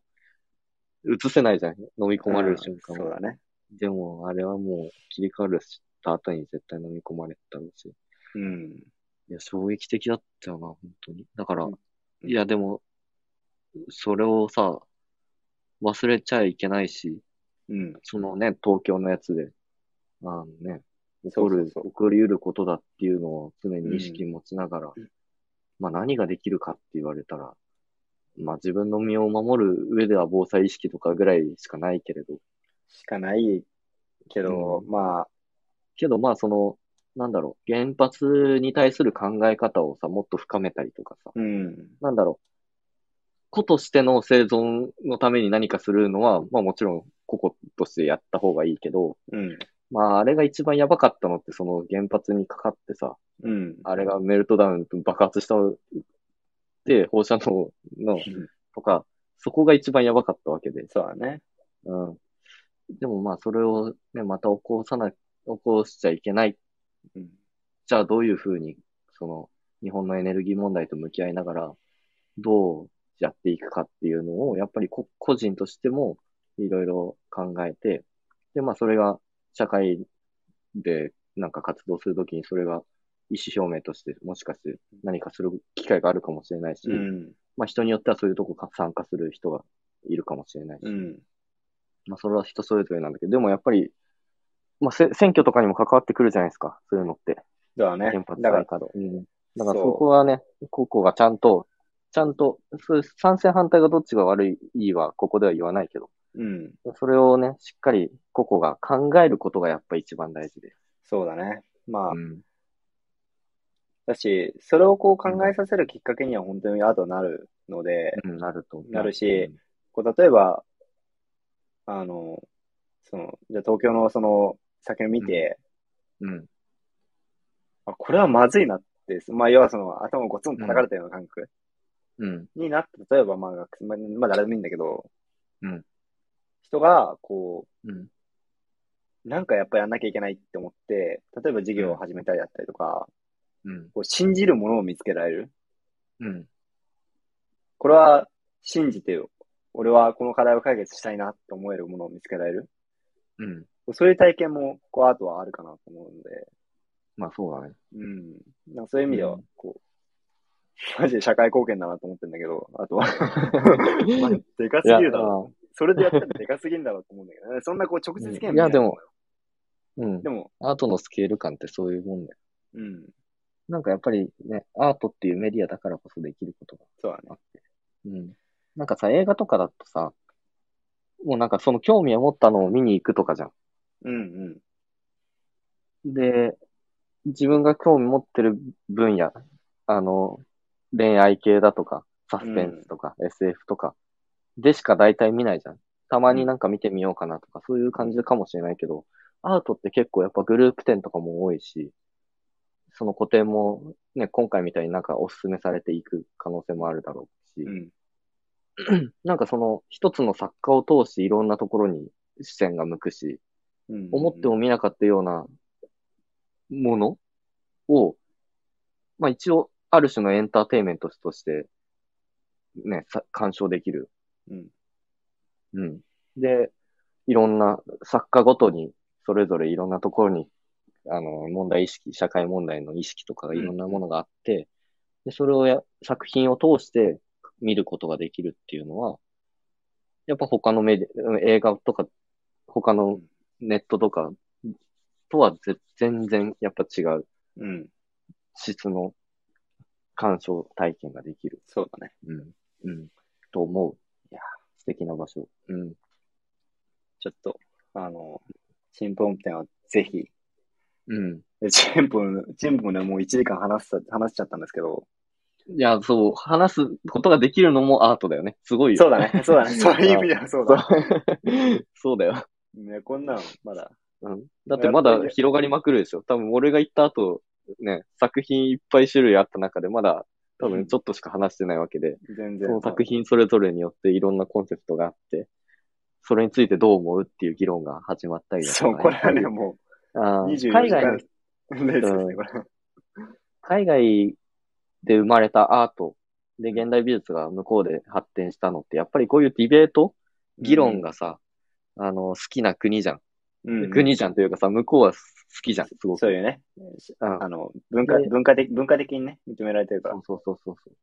[SPEAKER 2] 映せないじゃん、飲み込まれる瞬間
[SPEAKER 1] うんそう
[SPEAKER 2] は。
[SPEAKER 1] だね。
[SPEAKER 2] でも、あれはもう切り替わるした後に絶対飲み込まれてたし。
[SPEAKER 1] うん。
[SPEAKER 2] いや、衝撃的だったよな、本当に。だから
[SPEAKER 1] うん、
[SPEAKER 2] いや、でも、それをさ、忘れちゃいけないし、
[SPEAKER 1] うん。
[SPEAKER 2] そのね、東京のやつで、あのね、起
[SPEAKER 1] そ
[SPEAKER 2] こ
[SPEAKER 1] うそう
[SPEAKER 2] る、
[SPEAKER 1] そう
[SPEAKER 2] 起こり得ることだっていうのを常に意識持ちながら、
[SPEAKER 1] うん
[SPEAKER 2] まあ何ができるかって言われたら、まあ自分の身を守る上では防災意識とかぐらいしかないけれど、
[SPEAKER 1] しかないけど、
[SPEAKER 2] うん
[SPEAKER 1] まあ、
[SPEAKER 2] けどまあその、なんだろう、原発に対する考え方をさ、もっと深めたりとかさ、
[SPEAKER 1] うん。
[SPEAKER 2] なんだろう。個としての生存のために何かするのは、まあもちろん個々としてやった方がいいけど、
[SPEAKER 1] うん。
[SPEAKER 2] まああれが一番やばかったのってその原発にかかってさ、
[SPEAKER 1] うん。
[SPEAKER 2] あれがメルトダウン爆発したで放射能のとか、そこが一番やばかったわけで。
[SPEAKER 1] そうだね。
[SPEAKER 2] うん。でもまあそれをね、また起こさな、起こしちゃいけない。
[SPEAKER 1] うん。
[SPEAKER 2] じゃあどういうふうに、その日本のエネルギー問題と向き合いながら、どうやっていくかっていうのを、やっぱりこ個人としてもいろいろ考えて、で、まあそれが社会でなんか活動するときにそれが意思表明として、もしかして何かする機会があるかもしれないし、
[SPEAKER 1] うん。
[SPEAKER 2] まあ人によってはそういうとこか参加する人がいるかもしれないし、
[SPEAKER 1] うん。
[SPEAKER 2] まあそれは人それぞれなんだけど、でもやっぱり、まあせ選挙とかにも関わってくるじゃないですか、そういうのって。
[SPEAKER 1] そうだね
[SPEAKER 2] 原発。
[SPEAKER 1] だか
[SPEAKER 2] 再
[SPEAKER 1] ら、
[SPEAKER 2] 稼働。うん。だ
[SPEAKER 1] そ
[SPEAKER 2] から
[SPEAKER 1] う
[SPEAKER 2] そこはね、個々がちゃんと、ちゃんと、そういう賛成反対がどっちが悪い、いいは、ここでは言わないけど、
[SPEAKER 1] うん。
[SPEAKER 2] それをね、しっかり個々が考えることがやっぱ一番大事で。
[SPEAKER 1] そうだね。まあ、
[SPEAKER 2] ん。
[SPEAKER 1] だし、それをこう考えさせるきっかけには本当に後なるので、
[SPEAKER 2] うんなると。
[SPEAKER 1] なるし、こう例えば、あの、その、じゃあ東京のその酒を見て、
[SPEAKER 2] うん。
[SPEAKER 1] あ、これはまずいなって、まあ要はその頭をゴツンと叩かれたような感覚
[SPEAKER 2] うん。
[SPEAKER 1] になって、例えばまあ学生、まあ、まあ誰でもいいんだけど、
[SPEAKER 2] うん
[SPEAKER 1] 人がこ
[SPEAKER 2] うん。
[SPEAKER 1] う、なんかやっぱやんなきゃいけないって思って、例えば授業を始めたりだったりとか、
[SPEAKER 2] うん。
[SPEAKER 1] こう信じるものを見つけられる。
[SPEAKER 2] うん。
[SPEAKER 1] これは信じてよ。俺はこの課題を解決したいなって思えるものを見つけられる。
[SPEAKER 2] うん。
[SPEAKER 1] そういう体験も、こう、あとはあるかなと思うので、
[SPEAKER 2] まあそうだね。
[SPEAKER 1] うん。なんかそういう意味では
[SPEAKER 2] う、
[SPEAKER 1] こう、マジで社会貢献だなと思ってんだけど、あ
[SPEAKER 2] [LAUGHS]
[SPEAKER 1] とは、まあでかすぎるだろ。それでやったらでかすぎるんだろうと思うんだけ
[SPEAKER 2] [LAUGHS]
[SPEAKER 1] どね。そんなこう直接
[SPEAKER 2] う
[SPEAKER 1] 権
[SPEAKER 2] んいやでも、うん
[SPEAKER 1] で。も、
[SPEAKER 2] アートのスケール感ってそういうもんだよ。
[SPEAKER 1] うん。
[SPEAKER 2] なんかやっぱりね、アートっていうメディアだからこそできることが
[SPEAKER 1] そうだね。
[SPEAKER 2] あって。うん。なんかさ、映画とかだとさ、もうなんかその興味を持ったのを見に行くとかじゃん。
[SPEAKER 1] うんうん。
[SPEAKER 2] で、自分が興味持ってる分野、あの、恋愛系だとか、サスペンスとか、SF とか、でしか大体見ないじゃん。たまになんか見てみようかなとか、そういう感じかもしれないけど、アートって結構やっぱグループ展とかも多いし、その個展もね、今回みたいになんかおすすめされていく可能性もあるだろうし、
[SPEAKER 1] うん。
[SPEAKER 2] なんかその一つの作家を通していろんなところに視線が向くし、
[SPEAKER 1] うん。
[SPEAKER 2] 思っても見なかったようなものを、まあ一応、ある種のエンターテインメントとして、ね、さ鑑賞できる。
[SPEAKER 1] うん。
[SPEAKER 2] うん。で、いろんな作家ごとに、それぞれいろんなところに、あの、問題意識、社会問題の意識とかがいろんなものがあって、で、それをや、作品を通して見ることができるっていうのは、やっぱ他のメディうん映画とか、他のネットとかとはぜ全然やっぱ違う
[SPEAKER 1] うん。
[SPEAKER 2] 質の鑑賞体験ができる。
[SPEAKER 1] そうだね。
[SPEAKER 2] うん。うん。と思う。
[SPEAKER 1] いや
[SPEAKER 2] 素敵な場所。うん。
[SPEAKER 1] ちょっと、あの、新本店はぜひ、
[SPEAKER 2] うん。
[SPEAKER 1] でチェンポン、チェンポンね、もう1時間話した、話しちゃったんですけど。
[SPEAKER 2] いや、そう、話すことができるのもアートだよね。すごいよ。
[SPEAKER 1] そうだ [LAUGHS] ね、そうだね。そういう意味ではそうだ。
[SPEAKER 2] そう。そうだよ。
[SPEAKER 1] ね、こんなの、まだ。
[SPEAKER 2] うん。だってまだ広がりまくるでしょ。多分俺が行った後、ね、作品いっぱい種類あった中で、まだ多分ちょっとしか話してないわけで、
[SPEAKER 1] 全然。
[SPEAKER 2] その作品それぞれによっていろんなコンセプトがあって、それについてどう思うっていう議論が始まったりだとか
[SPEAKER 1] そう、これはね、も
[SPEAKER 2] あ
[SPEAKER 1] う、
[SPEAKER 2] ー
[SPEAKER 1] 24
[SPEAKER 2] 海
[SPEAKER 1] 時
[SPEAKER 2] 外
[SPEAKER 1] 間
[SPEAKER 2] の
[SPEAKER 1] レースですね、これ。
[SPEAKER 2] 海外で生まれたアートで現代美術が向こうで発展したのって、やっぱりこういうディベート議論がさ、あの、好きな国じゃん。
[SPEAKER 1] うん、うん
[SPEAKER 2] 国じゃんというかさ、向こうは好きじゃん、すごく。
[SPEAKER 1] そういうね、
[SPEAKER 2] うん
[SPEAKER 1] あの、文化、
[SPEAKER 2] で
[SPEAKER 1] 文化的、文化的にね、認められてるから。
[SPEAKER 2] そうそうそうそう。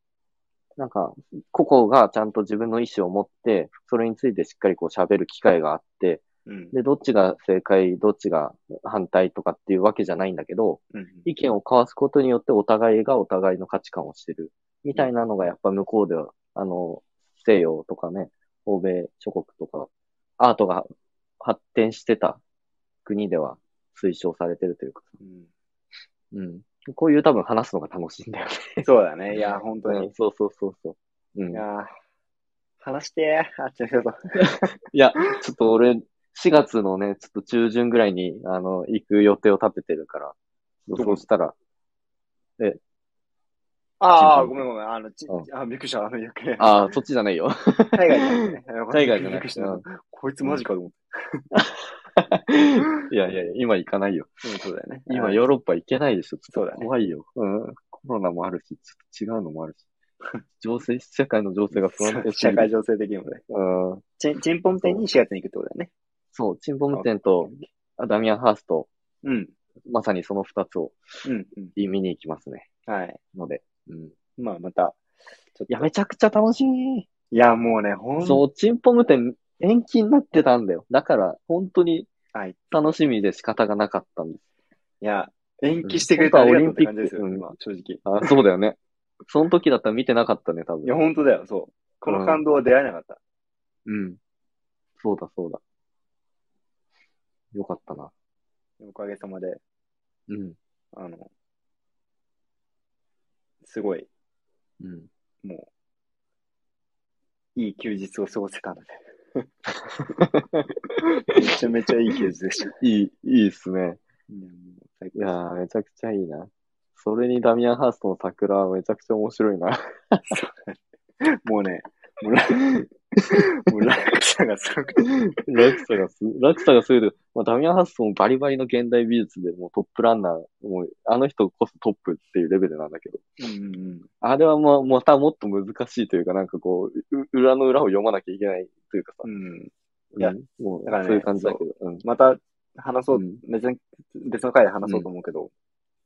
[SPEAKER 2] なんか、個々がちゃんと自分の意思を持って、それについてしっかりこう喋る機会があって、
[SPEAKER 1] うん。
[SPEAKER 2] で、どっちが正解、どっちが反対とかっていうわけじゃないんだけど、
[SPEAKER 1] うん。
[SPEAKER 2] 意見を交わすことによってお互いがお互いの価値観を知る。みたいなのがやっぱ向こうでは、あの、西洋とかね、欧米諸国とか、アートが発展してた国では推奨されてるというか、うん。こういう多分話すのが楽しいんだよね。
[SPEAKER 1] うんそうだね。いや、本当
[SPEAKER 2] う
[SPEAKER 1] に。
[SPEAKER 2] んそうそうそうそう。うん
[SPEAKER 1] いや。ー、話してー。あ、違う違う違う。
[SPEAKER 2] いや、ちょっと俺、4月のね、ちょっと中旬ぐらいに、あの、行く予定を立ててるから、
[SPEAKER 1] ど
[SPEAKER 2] そ
[SPEAKER 1] こ
[SPEAKER 2] うしたら、
[SPEAKER 1] ああ、ごめんごめん。あの、ち
[SPEAKER 2] うん
[SPEAKER 1] あ、びっくりした。あの、よくね。
[SPEAKER 2] ああ、そっちじゃないよ。
[SPEAKER 1] 海外じゃない [LAUGHS] ね。
[SPEAKER 2] 海外じゃ
[SPEAKER 1] び
[SPEAKER 2] な
[SPEAKER 1] っ
[SPEAKER 2] い
[SPEAKER 1] くりした
[SPEAKER 2] うん
[SPEAKER 1] こいつマジかと思っ
[SPEAKER 2] いやいやいや、今行かないよ。
[SPEAKER 1] て。うん、そうだよね。
[SPEAKER 2] 今、
[SPEAKER 1] うん
[SPEAKER 2] ヨーロッパ行けないでしょ。ちょ
[SPEAKER 1] そう
[SPEAKER 2] っ
[SPEAKER 1] だ
[SPEAKER 2] と
[SPEAKER 1] ね
[SPEAKER 2] 怖いよ。うん。コロナもあるし、ちょっと違うのもあるし。 [LAUGHS] 情勢、社会の情勢が不安定すぎ
[SPEAKER 1] 社会
[SPEAKER 2] る。
[SPEAKER 1] 情勢的にもね。
[SPEAKER 2] うん。
[SPEAKER 1] チン、チンポン店に4月に行くってことだよね。
[SPEAKER 2] そう、チンポムテンとあダミアンハースト、
[SPEAKER 1] うん。
[SPEAKER 2] まさにその二つを
[SPEAKER 1] うん。うん。
[SPEAKER 2] 見に行きますね。
[SPEAKER 1] はい。
[SPEAKER 2] ので。うん。い
[SPEAKER 1] まあ、また。ちょっと
[SPEAKER 2] や、めちゃくちゃ楽しみ。
[SPEAKER 1] いや、もうね、ほん
[SPEAKER 2] そう、チンポムテン延期になってたんだよ。だから、本当に
[SPEAKER 1] はい
[SPEAKER 2] 楽しみで仕方がなかったんです。
[SPEAKER 1] いや、延期してくれたありがとうって感じですよ、
[SPEAKER 2] うん
[SPEAKER 1] 今、正直。い
[SPEAKER 2] あ、そうだ
[SPEAKER 1] [LAUGHS]
[SPEAKER 2] よね。その時だったら見てなかったね、多
[SPEAKER 1] や、本
[SPEAKER 2] 分。
[SPEAKER 1] 当だよ、そう。この感動は出会えなかった。
[SPEAKER 2] うん。そうだ、そうだ。よかったな。
[SPEAKER 1] おかげさまで、
[SPEAKER 2] うん。
[SPEAKER 1] あの、すごい、
[SPEAKER 2] うん。
[SPEAKER 1] もう、いい休日を過ごせたので。めちゃめちゃいい休日でした。い
[SPEAKER 2] いい、いいっすね。
[SPEAKER 1] や、もう最
[SPEAKER 2] い
[SPEAKER 1] 高
[SPEAKER 2] やー、めちゃくちゃいいな。それにダミアンハーストの桜はめちゃくちゃ面白いな。 [LAUGHS]
[SPEAKER 1] もうね、もうラ、もうなんかささがすごくて。
[SPEAKER 2] 落差がす、落差がすごいけど、まあ、ダミアン・ハッソンもバリバリの現代美術でもうトップランナー、もうあの人こそトップっていうレベルなんだけど、
[SPEAKER 1] うんうんうん。
[SPEAKER 2] あれはまあ、またもっと難しいというか、なんかこう、う裏の裏を読まなきゃいけないというかさ、
[SPEAKER 1] うん。いや
[SPEAKER 2] うんもう
[SPEAKER 1] だからね
[SPEAKER 2] そういう感じだけど、うん、
[SPEAKER 1] また話そう、
[SPEAKER 2] うん
[SPEAKER 1] 別に、別の回で話そうと思うけど、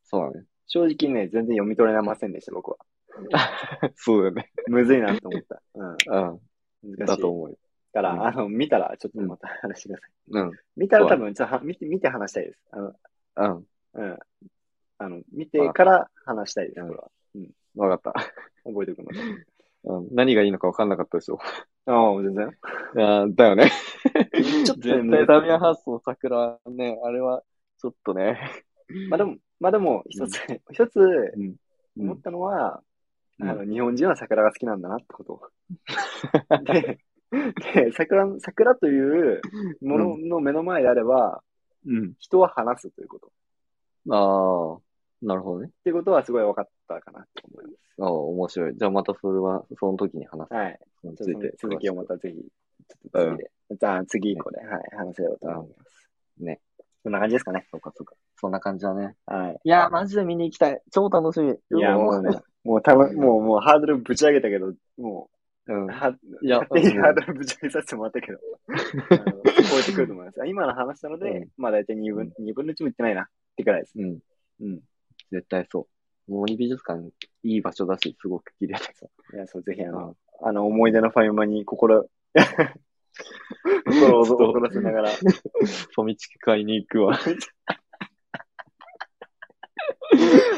[SPEAKER 2] そうだね。
[SPEAKER 1] 正直ね、全然読み取れませんでした、僕は。
[SPEAKER 2] [LAUGHS] そうだよね。
[SPEAKER 1] むずいなと思った。うん。
[SPEAKER 2] うん、
[SPEAKER 1] 難
[SPEAKER 2] だ
[SPEAKER 1] しい。
[SPEAKER 2] と思うよ。
[SPEAKER 1] だから、
[SPEAKER 2] うん
[SPEAKER 1] あの、見たら、ちょっとまた話してください。
[SPEAKER 2] うん、
[SPEAKER 1] 見たら多分、ちょっとは見て、見て話したいです。あの、
[SPEAKER 2] うん、
[SPEAKER 1] うん。あの、見てから話したいです、
[SPEAKER 2] うん
[SPEAKER 1] これは。
[SPEAKER 2] わかった。
[SPEAKER 1] 覚えておくので。
[SPEAKER 2] うん、何がいいのかわかんなかったでしょ。
[SPEAKER 1] ああ、全然。
[SPEAKER 2] あーだよね。
[SPEAKER 1] ちょっとね
[SPEAKER 2] 絶対ダミアン・ハッソンの桜はね、あれは、ちょっとね、
[SPEAKER 1] まあでも、まあでも、一つ、 [LAUGHS] 一つ
[SPEAKER 2] うん
[SPEAKER 1] 思ったのは、
[SPEAKER 2] うん
[SPEAKER 1] あの、日本人は桜が好きなんだなってこと。
[SPEAKER 2] [LAUGHS]
[SPEAKER 1] で、で、桜、桜というものの目の前であれば、
[SPEAKER 2] うん。
[SPEAKER 1] 人は話すということ。っ
[SPEAKER 2] ああ、なるほどね。
[SPEAKER 1] ていうことはすごい分かったかなと思いま
[SPEAKER 2] ああ、面白い。じゃあまたそれは、その時に話す
[SPEAKER 1] す。。はい。
[SPEAKER 2] それに
[SPEAKER 1] ちょっ
[SPEAKER 2] つい
[SPEAKER 1] と
[SPEAKER 2] て。
[SPEAKER 1] その続きをまたぜひ、ちょっと次で。じゃあ次以降で、はい、話せようと思います。
[SPEAKER 2] うんね。
[SPEAKER 1] そんな感じですかね。
[SPEAKER 2] そうか、そうか。そんな感じだね。
[SPEAKER 1] はい
[SPEAKER 2] やー、マジで見に行きたい。超楽しみ。
[SPEAKER 1] い。いや、もうね、もうたま、もう、もうハードルぶち上げたけど、も
[SPEAKER 2] うん
[SPEAKER 1] う、。は、
[SPEAKER 2] い
[SPEAKER 1] [LAUGHS]
[SPEAKER 2] や、
[SPEAKER 1] 勝手にハー
[SPEAKER 2] うん
[SPEAKER 1] ドルぶち上げさせてもらった [LAUGHS] けど、あの超えてくると思います。今の話したので、
[SPEAKER 2] うん
[SPEAKER 1] まあ大体2分、二分の1もいってないな、ってくらいです。
[SPEAKER 2] うん。
[SPEAKER 1] うん。
[SPEAKER 2] 絶対そう。森美術館、いい場所だし、すごく綺麗だし。
[SPEAKER 1] いや、そう、ぜひあ
[SPEAKER 2] うん
[SPEAKER 1] の、あの、思い出のファミマに [LAUGHS] 心、心を
[SPEAKER 2] ちょっと
[SPEAKER 1] 踊らせながら、
[SPEAKER 2] ファミチキ買いに行くわ。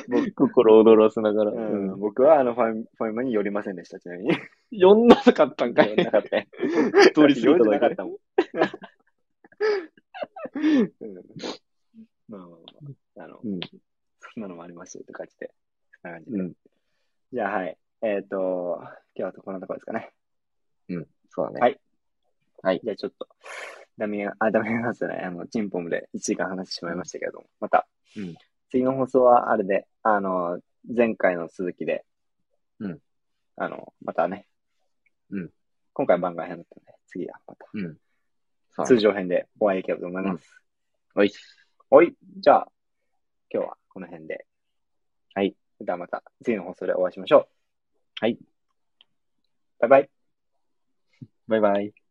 [SPEAKER 2] 僕、心躍らせながら。
[SPEAKER 1] [LAUGHS] うん、僕はあのファミファミマに寄りませんでした、ちなみに。
[SPEAKER 2] 呼んなかったんか
[SPEAKER 1] 寄
[SPEAKER 2] い
[SPEAKER 1] れ。なかったよ。
[SPEAKER 2] 通り過ぎ
[SPEAKER 1] 寄れ
[SPEAKER 2] た
[SPEAKER 1] てなか [LAUGHS]
[SPEAKER 2] だ
[SPEAKER 1] っ
[SPEAKER 2] け
[SPEAKER 1] たもん。うんまあまあまあ、あの、
[SPEAKER 2] うん
[SPEAKER 1] そんなのもありましたよって感じで。そんな感じで。
[SPEAKER 2] うん。
[SPEAKER 1] じゃあ、はい。えっ、と、今日はこんなところですかね。
[SPEAKER 2] うん。そうだね。
[SPEAKER 1] はい
[SPEAKER 2] はい
[SPEAKER 1] じゃあちょっと、ダミアン、あ、ダミアンハウスじゃない、あの、チンポムで1時間話してしまいましたけれども、また、
[SPEAKER 2] うん
[SPEAKER 1] 次の放送はあれで、あの、前回の続きで、
[SPEAKER 2] うん。
[SPEAKER 1] あの、またね、
[SPEAKER 2] うん。
[SPEAKER 1] 今回番外編だったので、次はまた、
[SPEAKER 2] うん。そうだ
[SPEAKER 1] 通
[SPEAKER 2] ね。
[SPEAKER 1] 常編でお会いできればと思います。
[SPEAKER 2] おいっす。
[SPEAKER 1] はい、じゃあ、今日はこの辺で。
[SPEAKER 2] はい。
[SPEAKER 1] ではまた次の放送でお会いしましょう。
[SPEAKER 2] はい。
[SPEAKER 1] バイバイ。
[SPEAKER 2] バイバイ。